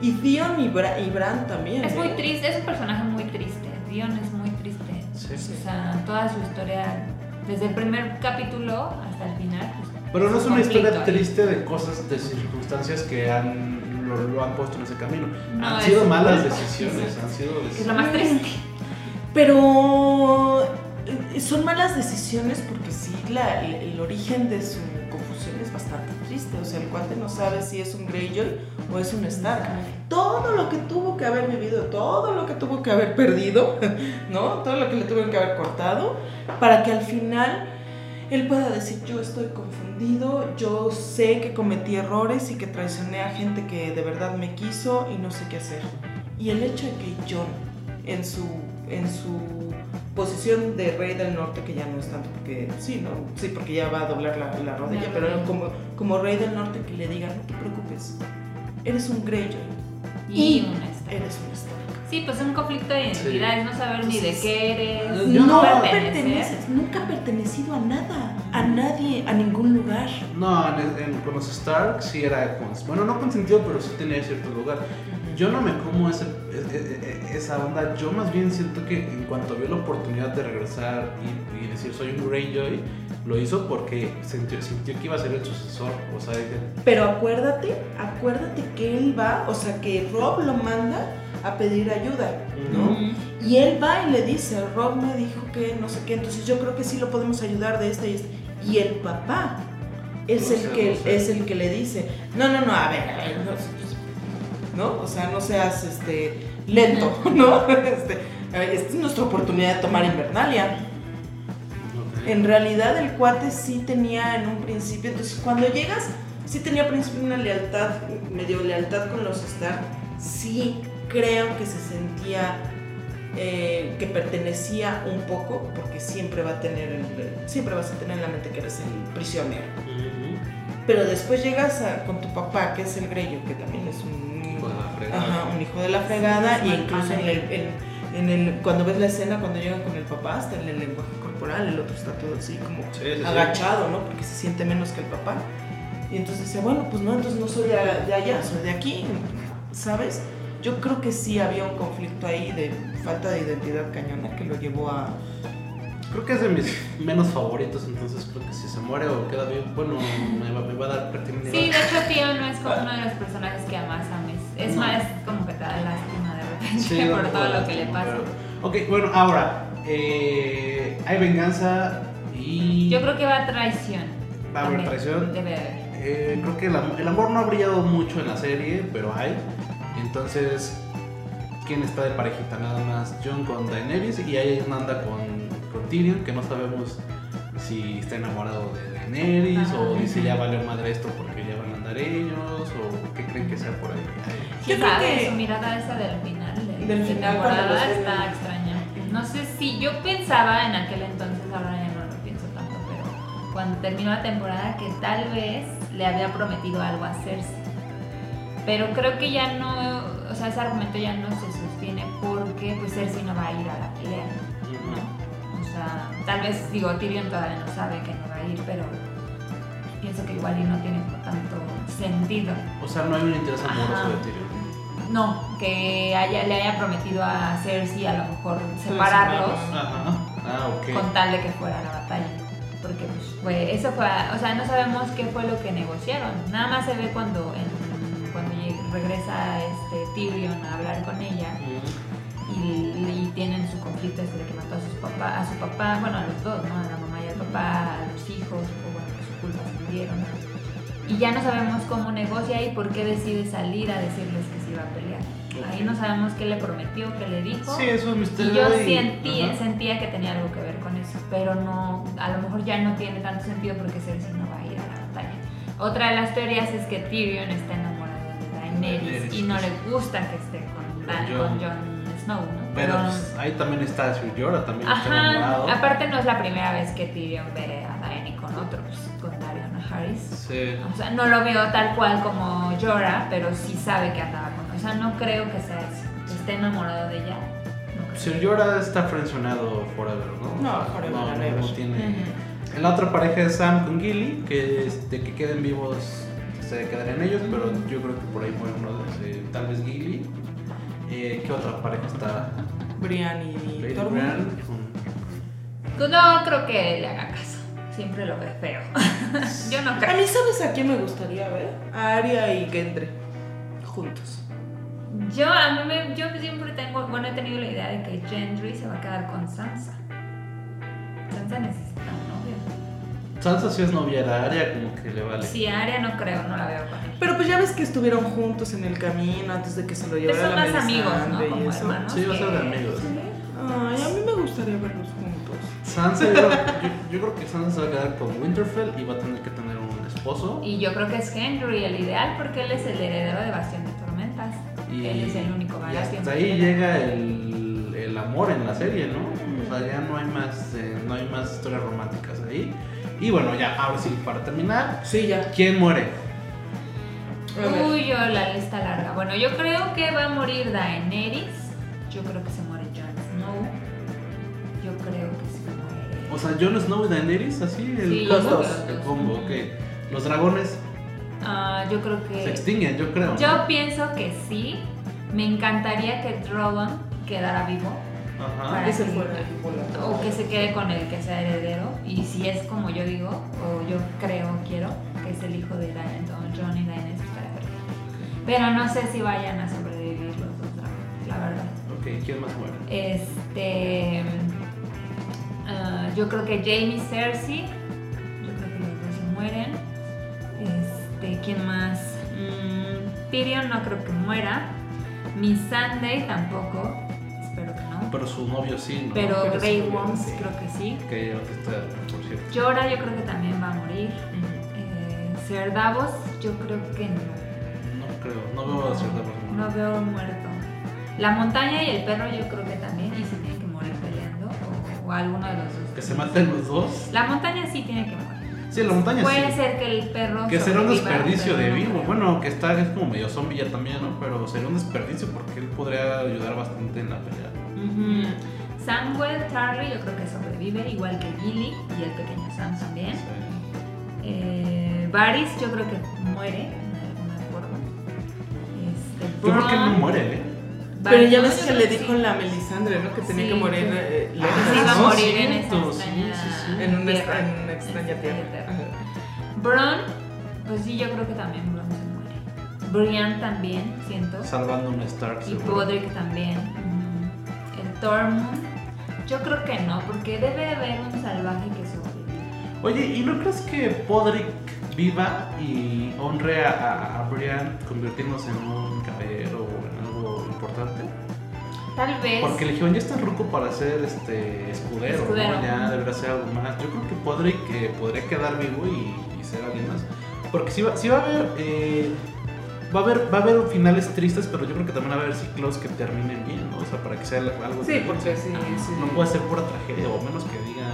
y
Y Theon y, Bra- y Bran también.
Es
¿eh?
muy triste, es un personaje muy triste. Tion es muy triste.
Sí.
O sea, toda su historia, desde el primer capítulo hasta el final. pues,
Pero no es una
conflicto
historia
ahí.
triste de cosas, de circunstancias que han, lo, lo han puesto en ese camino.
No,
han
es
sido
un
malas
golpe.
decisiones, ¿eh? han sido...
Es lo más triste.
Pero eh, son malas decisiones porque sí, la- el, el origen de su confusión es bastante triste. O sea, el cuate no sabe si es un Greyjoy o es un Stark. Todo lo que tuvo que haber vivido, todo lo que tuvo que haber perdido, ¿no? Todo lo que le tuvieron que haber cortado, para que al final él pueda decir, yo estoy confundido, yo sé que cometí errores y que traicioné a gente que de verdad me quiso y no sé qué hacer. Y el hecho de que John, en su, en su posición de rey del norte, que ya no es tanto porque sí, ¿no? Sí, porque ya va a doblar la, la rodilla,
La
pero
rodilla.
como, como rey del norte que le digan, no te preocupes, eres un Greyjoy,
Y,
Y-
una historia.
eres un Stark.
Sí, pues es un conflicto de
Sí.
identidades, no saber ni de qué eres,
Yo
no
no-
pertenecer.
Pues perteneces, ¿eh? nunca ha pertenecido a nada, a nadie, a ningún lugar.
No, en, en- con los Stark sí era cons- bueno, no consentido, pero sí tenía cierto lugar. Yo no me como ese- e- e- e- esa onda, yo más bien siento que en cuanto vio la oportunidad de regresar y, y decir soy un Greyjoy, lo hizo porque sintió, sintió que iba a ser el sucesor, o sea, dije,
Pero acuérdate, acuérdate que él va, o sea, que Rob lo manda a pedir ayuda, ¿no?
Ujú.
Y él va y le dice, Rob me dijo que no sé qué, entonces yo creo que sí lo podemos ayudar de esta y esta. Y el papá es,
No
el,
sé,
que,
no sé.
es el que le dice, no, no, no, a ver, a ver, no, pues, ¿no? O sea, no seas este, lento, ¿no? Este, a ver, esta es nuestra oportunidad de tomar Invernalia.
"Ok".
En realidad el cuate sí tenía en un principio, entonces cuando llegas sí tenía al principio una lealtad, medio lealtad con los Stark, sí creo que se sentía eh, que pertenecía un poco, porque siempre va a tener, el- siempre vas a tener en la mente que eres el prisionero.
Ujú.
Pero después llegas a- con tu papá, que es el Greyjoy, que también es un
Hijo de la fregada.
Ajá, un hijo de la fregada
Sí,
y
mal
incluso en el,
padre.
en- en el- cuando ves la escena, cuando llegan con el papá, hasta en el lenguaje corporal, el otro está todo así como
Sí, sí, sí.
agachado, ¿no? Porque se siente menos que el papá. Y entonces decía, bueno, pues no, entonces no soy de, de allá, soy de aquí, ¿sabes? Yo creo que sí había un conflicto ahí de falta de identidad cañona que lo llevó a...
Creo que es de mis menos favoritos, entonces creo que si se muere o queda bien, bueno, me va, me va a dar pertinente.
Sí, de hecho Tío no es como uno de los personajes que más ames. Es
No.
más como que te da lástima de repente
Sí,
por
no,
todo
no,
lo que le
no,
pasa.
pero- Ok, bueno, ahora, eh, hay venganza y
Yo creo que va a traición.
va a haber
también.
traición.
Debe haber.
Eh, creo que el, am- el amor no ha brillado mucho en la serie, pero hay. Entonces, ¿quién está de parejita? Nada más John con Daenerys y ahí anda con, con Tyrion, que no sabemos si está enamorado de Daenerys o
Ajá.
dice ya valió madre esto porque ya van a andar ellos o qué creen que sea por ahí. Ay,
Yo
Yo
creo
creo que-
su mirada esa del final de,
Del
de
final cuando los
temporada
ven.
está extraña. No sé si yo pensaba en aquel entonces, ahora ya no lo pienso tanto, pero cuando terminó la temporada que tal vez le había prometido algo a Cersei. Pero creo que ya no, o sea, ese argumento ya no se sostiene porque pues Cersei no va a ir a la pelea, ¿no? O sea, tal vez, digo, Tyrion todavía no sabe que no va a ir, pero pienso que igual y no tiene tanto sentido.
O sea, no hay un interés amoroso
Ajá.
de Tyrion.
No, que haya, le haya prometido a Cersei a lo mejor separarlos
Ajá. Ah, ok.
con tal de que fuera la batalla. Porque pues, fue- eso fue, o sea, no sabemos qué fue lo que negociaron. Nada más se ve cuando, en- cuando lleg- regresa este Tyrion a hablar con ella
Mm,
y, y tienen su conflicto este de que mató a, sus papá, a su papá, bueno, a los dos, ¿no? A la mamá y al papá, a los hijos, o bueno, por su culpa se murieron. Y ya no sabemos cómo negocia y por qué decide salir a decirles que se iba a pelear. Ahí no sabemos qué le prometió, qué le dijo.
Sí, es un
Y
misterio.
yo
y-
sentí,
ajá.
sentía que tenía algo que ver con eso, pero no, a lo mejor ya no tiene tanto sentido porque Cersei no va a ir a la batalla. Otra de las teorías es que Tyrion está enamorado de Daenerys
Daenerys,
y no
sí.
le gusta que esté con, Dan-
Con
con
Jon.
Jon Snow, ¿no?
Pero pues, ahí también está Sir Jorah, también está enamorado.
Ah. ajá, aparte no es la primera vez que Tyrion ve a Daenerys con otros, con Darion Harris.
Sí.
O sea, no lo veo tal cual como llora, pero sí sabe que andaba con. O sea, no creo que sea eso. Que esté enamorado de ella. no creo.
Sir Jorah está friendzoneado forever, ¿no?
No, forever
no,
and
no,
ever.
no tiene... En La otra pareja es Sam con Gilly, que este, que queden vivos se quedarán ellos, pero yo creo que por ahí muere uno de eh, tal vez Gilly. Eh, ¿Qué otra pareja está?
Brian y
Lady
Tormund.
Bran con-
Pues No creo que le haga caso. Siempre lo ve feo. Yo no
A
creo.
mí, ¿sabes a quién me gustaría ver? A Aria y Gendry. Juntos.
Yo, a mí me- yo siempre tengo. Bueno, he tenido la idea de que Gendry se va a quedar con Sansa. Sansa necesita un novio.
Sansa sí es novia de Arya, como que le vale.
Si Arya no creo, no la veo con él.
Pero pues ya ves que estuvieron juntos en el camino antes de que se lo
Pero
llevara
son
la
más amigos, ¿no?
Melisandre y
Como
eso.
hermanos.
Sí, va a ser de
que-
amigos.
Ay, a mí me gustaría verlos juntos.
Sansa, yo, creo- yo- yo creo que Sansa se va a quedar con Winterfell y va a tener que tener un esposo.
Y yo creo que es Henry el ideal porque él es el heredero de Bastión de Tormentas.
Y,
él es el único
y
vagabundo.
hasta ahí llega el, el amor en la serie, ¿no? O sea, ya no hay más, eh, no hay más historias románticas ahí. Y bueno, ya, ahora sí, para terminar,
Sí, ya.
¿quién muere?
A ver.
Uy, yo la lista larga. Bueno, yo creo que va a morir Daenerys. Yo creo que se muere Jon Snow. Yo creo que se muere.
O sea, Jon Snow y Daenerys, así, el
Sí,
los
combo,
dos.
El combo, ok. Los dragones
Ah, yo creo
se
que.
extinguen, yo creo. ¿no?
Yo pienso que sí. Me encantaría que Drogon quedara vivo.
Ajá.
Para
Que se
que-
fuera el volador.
O que se quede con el que sea heredero. Y si es como yo digo, o yo creo, quiero, que es el hijo de Daenerys, John y Daenerys Targaryen. Pero no sé si vayan a sobrevivir los dos dragones, la verdad.
Ok, ¿quién más muere?
Este. ah, yo creo que Jamie Cersei. Yo creo que los dos se mueren. Este, ¿quién más? Mm, Tyrion no creo que muera. Miss Sunday tampoco. Espero que no.
Pero su novio sí, ¿no?
Pero
Pero
Grey
sí,
Worms
sí.
creo que sí.
Que ya ahorita está, por cierto.
Llora yo creo que también va a morir. Eh, Ser Davos yo creo que no.
No creo, no veo a Sir Davos muerto.
No veo muerto. La montaña y el perro yo creo que también. Y si tiene que morir peleando o, o alguno de los dos.
Que se maten los dos.
La montaña sí tiene que morir.
Sí, la montaña sí.
Puede ser que el perro...
Que será un
sobreviva,
desperdicio
pero
de
no
vivo.
creo.
Bueno, que está es como medio zombie ya también, ¿no? Pero sería un desperdicio porque él podría ayudar bastante en la pelea.
Ujú. Samuel, Charlie ¿Eh? yo creo que sobrevive, igual que Gilly y el pequeño Sam también.
Sí.
Eh, Varys yo creo que muere de alguna forma. Este,
Yo creo que no
Bronn-
muere, ¿eh?
Varys-
Pero ya ves
no,
que
yo
le
creo
dijo
sí.
la Melisandre, ¿no? Que tenía
Sí,
que morir
sí.
eh,
Ah,
Que se
lejos,
iba a
sí,
¿no?
morir en esa
cierto, sí,
extraña
sí, sí.
En una,
tierra.
en una extraña tierra. Ajá.
Bron, pues sí, yo creo que también Bron se muere. Brian también, siento.
Salvando un Stark.
Y
seguro.
Podrick también. El Tormund. Yo creo que no, porque debe haber un salvaje que sobrevive.
Oye, ¿y no crees que Podrick viva y honre a, a, a Brian convirtiéndose en un caballero o en algo importante?
Tal vez.
Porque el Legión ya está ruco para ser este escudero, ¿no?
Escudero.
ya deberá ser algo más. Yo creo que Podrick eh, podría quedar vivo y, y ser alguien más. Porque si va, sí va a haber. eh, Va a, haber, va a haber finales tristes, pero yo creo que también va a haber ciclos que terminen bien, ¿no? O sea, para que sea algo
Sí,
bien.
porque sí, sí.
No puede ser pura tragedia, o menos que diga.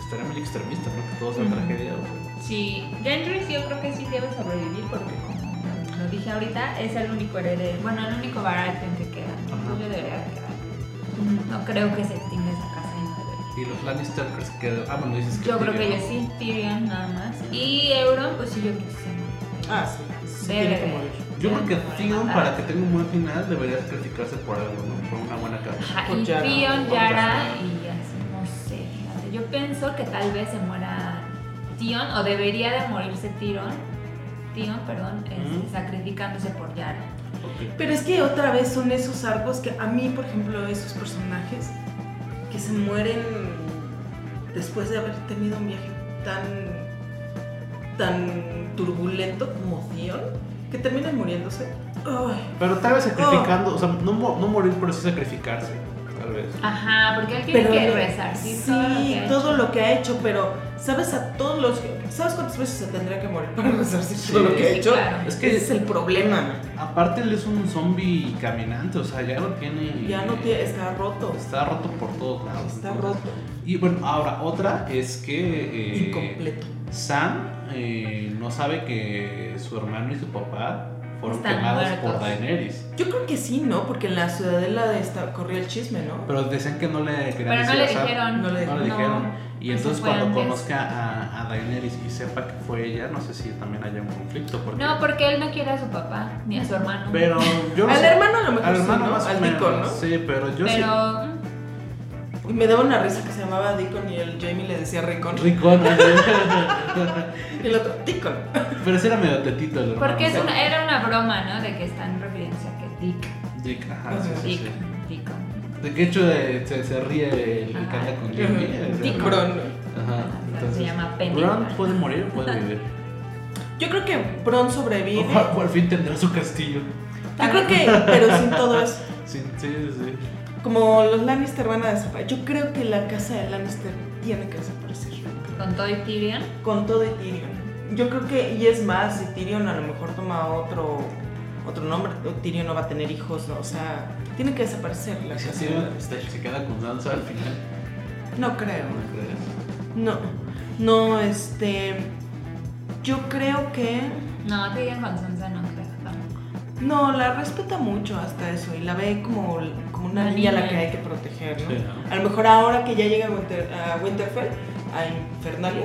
Estará muy extremista, ¿no? Que todo sea
Ujú.
tragedia. o-
Sí, Gendrix yo creo que sí debe sobrevivir porque como lo dije ahorita, es el único heredero, bueno, el único Baratheon que queda, ¿no?
Ajá.
Julio debería quedar. No creo que se extinga esa casa y no debería.
Y los Lannister crees que. Ah, bueno, dices que.
Yo creo que
Tyrion,
ellos sí, Tyrion nada más. Y Euron, pues sí, yo creo que sí.
Ah, sí. sí
Debe
tiene que
de.
morir.
¿no? Yo creo que
Para
Tyrion,
matar.
para que tenga un buen final, debería criticarse por algo, ¿no? Por una buena causa.
Ajá,
Por
y
Yara.
Tyrion,
Por
Yara
Yara.
y así, no sé. fíjate. Yo pienso que tal vez se muera Tyrion, o debería de morirse Tyrion, Tyrion, perdón, este,
Ujú.
sacrificándose por Yara.
Ok.
Pero es que otra vez son esos arcos que a mí, por ejemplo, esos personajes que se mueren después de haber tenido un viaje tan tan turbulento como Dion, que terminan muriéndose. Ay,
Pero tal vez sacrificando, o sea, no, mo- no morir, pero sí sacrificarse, tal vez.
Ajá, porque él tiene que
le-
rezar, sí,
sí,
todo lo que ha
todo
hecho.
lo que ha hecho, pero sabes a todos los ¿sabes cuántas veces se tendría que morir para resarcir todo lo que ha
Sí,
hecho?
claro.
Es
Ese
que
es el problema.
aparte él es un zombie caminante, o sea, ya lo tiene.
Ya no tiene, está roto,
Está roto por todos lados.
está roto,
Y bueno, ahora otra es que. eh,
incompleto.
Sam eh, no sabe que su hermano y su papá fueron
Están
quemados por
muertos.
Daenerys.
Yo creo que sí, ¿no? Porque en la ciudadela de esta corría el chisme, ¿no?
Pero decían que no le querían
Pero no
decir
le
a Sam.
dijeron.
no le
No le dijeron. y
eso
entonces
fue
cuando
antes.
conozca a, a Daenerys y sepa que fue ella, no sé si también haya un conflicto. Porque,
No, porque él no quiere a su papá ni a su hermano.
Pero yo no
Al
sé-
hermano a lo mejor
Al
sí,
hermano
¿no?
más o
Al
menos,
Deacon, ¿no?
Sí, pero yo
Pero,
sí.
mm,
Y me daba una risa que se llamaba Deacon y el Jamie le decía Ricon.
Ricón, ¿no?
Y el otro, Deacon.
pero sí era medio tetito el hermano.
porque es una- era una broma, ¿no? De que están referencia a que Dick,
Dick,
Ah,
ajá, sí, sí,
Dick,
sí.
Dick.
De que hecho eh, se, se ríe el que
Ajá.
canta con Jimmy. el-
Dick.
Bron.
Ajá, entonces,
Se llama Penny.
Bron puede morir o puede vivir.
Yo creo que Bron sobrevive.
O al- o al fin tendrá su castillo.
Yo creo que, pero sin todo eso.
Sí, sí, sí.
Como los Lannister van a desaparecer. Yo creo que la casa de Lannister tiene que desaparecer.
Con todo y Tyrion.
Con todo y Tyrion. Yo creo que, y es más, si Tyrion a lo mejor toma otro otro nombre, o Tyrion no va a tener hijos, ¿no? O sea, tiene que desaparecer la
La
casa de
castillo este,
Lannister.
se queda con danza al final.
No creo.
¿No crees?
No, no, este. Yo creo que.
No, Tyrion con Sansa no creo tampoco.
No, la respeta mucho hasta eso y la ve como, como una
Una
niña a la
niña.
que hay que proteger, ¿no?
Sí, ¿no?
A lo mejor ahora que ya llega a, Winter- a Winterfell, a Infernalia,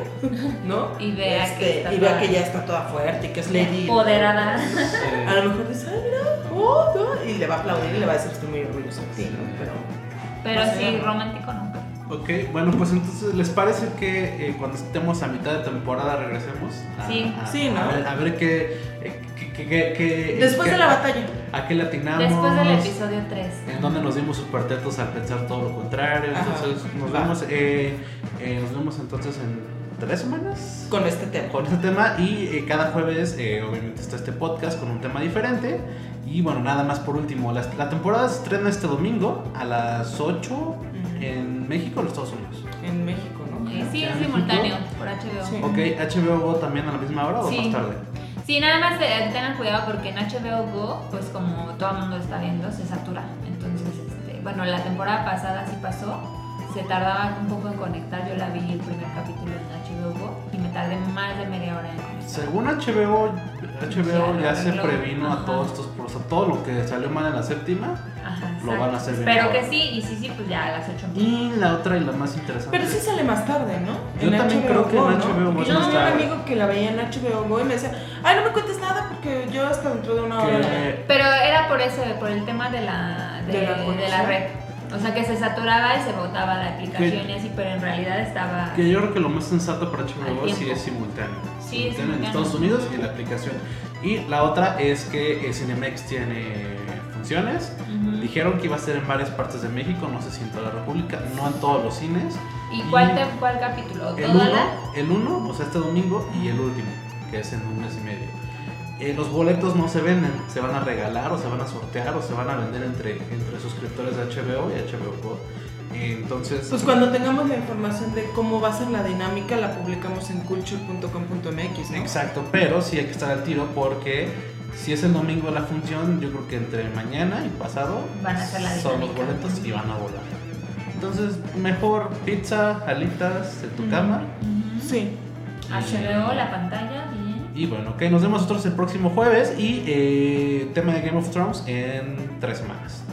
¿no? Este,
Y vea que está
y vea
toda-
que ya está toda fuerte y que es Lady.
Empoderada.
Eh,
A lo mejor dice, ay, mira, oh, no", y le va a aplaudir y le va a decir, estoy muy orgullosa de ti, ¿no? Pero.
Pero
No sé.
sí, romántico nunca.
Ok, bueno, pues entonces, ¿les parece que eh, cuando estemos a mitad de temporada regresemos? A,
Sí.
a-
Sí, ¿no?
A ver, a ver qué, eh, qué, qué- qué- qué-
eh, Después
qué-
de la batalla.
¿A qué latinamos?
Después del episodio 3.
en donde nos dimos súper tetos al pensar todo lo contrario.
Ajá.
Entonces, nos
Va.
vemos, eh, eh, nos vemos entonces en tres semanas
Con este tema.
con este tema. Y eh, cada jueves, eh, obviamente, está este podcast con un tema diferente. Y bueno, nada más por último, la, la temporada se estrena este domingo a las 8 en México, en los Estados Unidos.
En México, ¿no?
Sí,
Ya, México.
es simultáneo por HBO.
Sí.
Ok, HBO Go también a la misma hora o
Sí.
más tarde.
Sí, nada más eh, tengan cuidado porque en HBO Go, pues como todo el mundo está viendo, se satura. Entonces, este, bueno, la temporada pasada sí pasó. Se tardaba un poco en conectar. Yo la vi el primer capítulo en HBO Go y me tardé más de media hora en conectar.
Según HBO, HBO ya,
Ya lo
se
arregló.
previno a
Ajá.
todos estos, pues, a todo lo que salió mal en la séptima.
Ajá,
Lo
exacto.
van a hacer bien Mm.
Espero
ahora.
que sí, y sí, sí, pues ya a las 8
Y la otra y la más interesante.
Pero sí sale más tarde, ¿no?
Yo también creo que en HBO
Porque
más
yo tenía un
tarde.
amigo que la veía en HBO Go y me decía, ay, no me cuentes nada porque yo hasta dentro de una hora. la-
que
Pero era por eso, por el tema de la, de,
De la conexión.
de la red. O sea, que se saturaba y se botaba de aplicación y así, pero en realidad estaba...
Que yo creo que lo más sensato para HBO
Al
sí
tiempo.
es simultáneo.
Sí, es
en
simultáneo.
Estados Unidos y la aplicación. Y la otra es que eh, Cinemex tiene funciones.
Ujú.
Dijeron que iba a ser en varias partes de México, no sé si en toda la República, no en todos los cines.
¿Y cuál, te- cuál capítulo?
El
¿Toda
1,
la...?
el uno, o sea, este domingo y el último, que es en un mes y medio. Eh, los boletos no se venden, se van a regalar o se van a sortear o se van a vender entre, entre suscriptores de HBO y HBO Go. Eh, Entonces,
Pues cuando tengamos la información de cómo va a ser la dinámica, la publicamos en culture.com.mx, ¿no?
Exacto, pero sí hay que estar al tiro porque si es el domingo la función, yo creo que entre mañana y pasado
Van a hacer la
son los
dinámica.
boletos y van a volar. Entonces, mejor pizza, alitas en
Mm.
tu cama.
Ujú.
Sí.
HBO, la pantalla, bien.
Y bueno, ok, nos vemos nosotros el próximo jueves y eh, tema de Game of Thrones en tres semanas.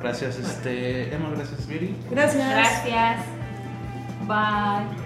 Gracias, este, Emma, gracias, Viri.
Gracias.
Gracias. Bye.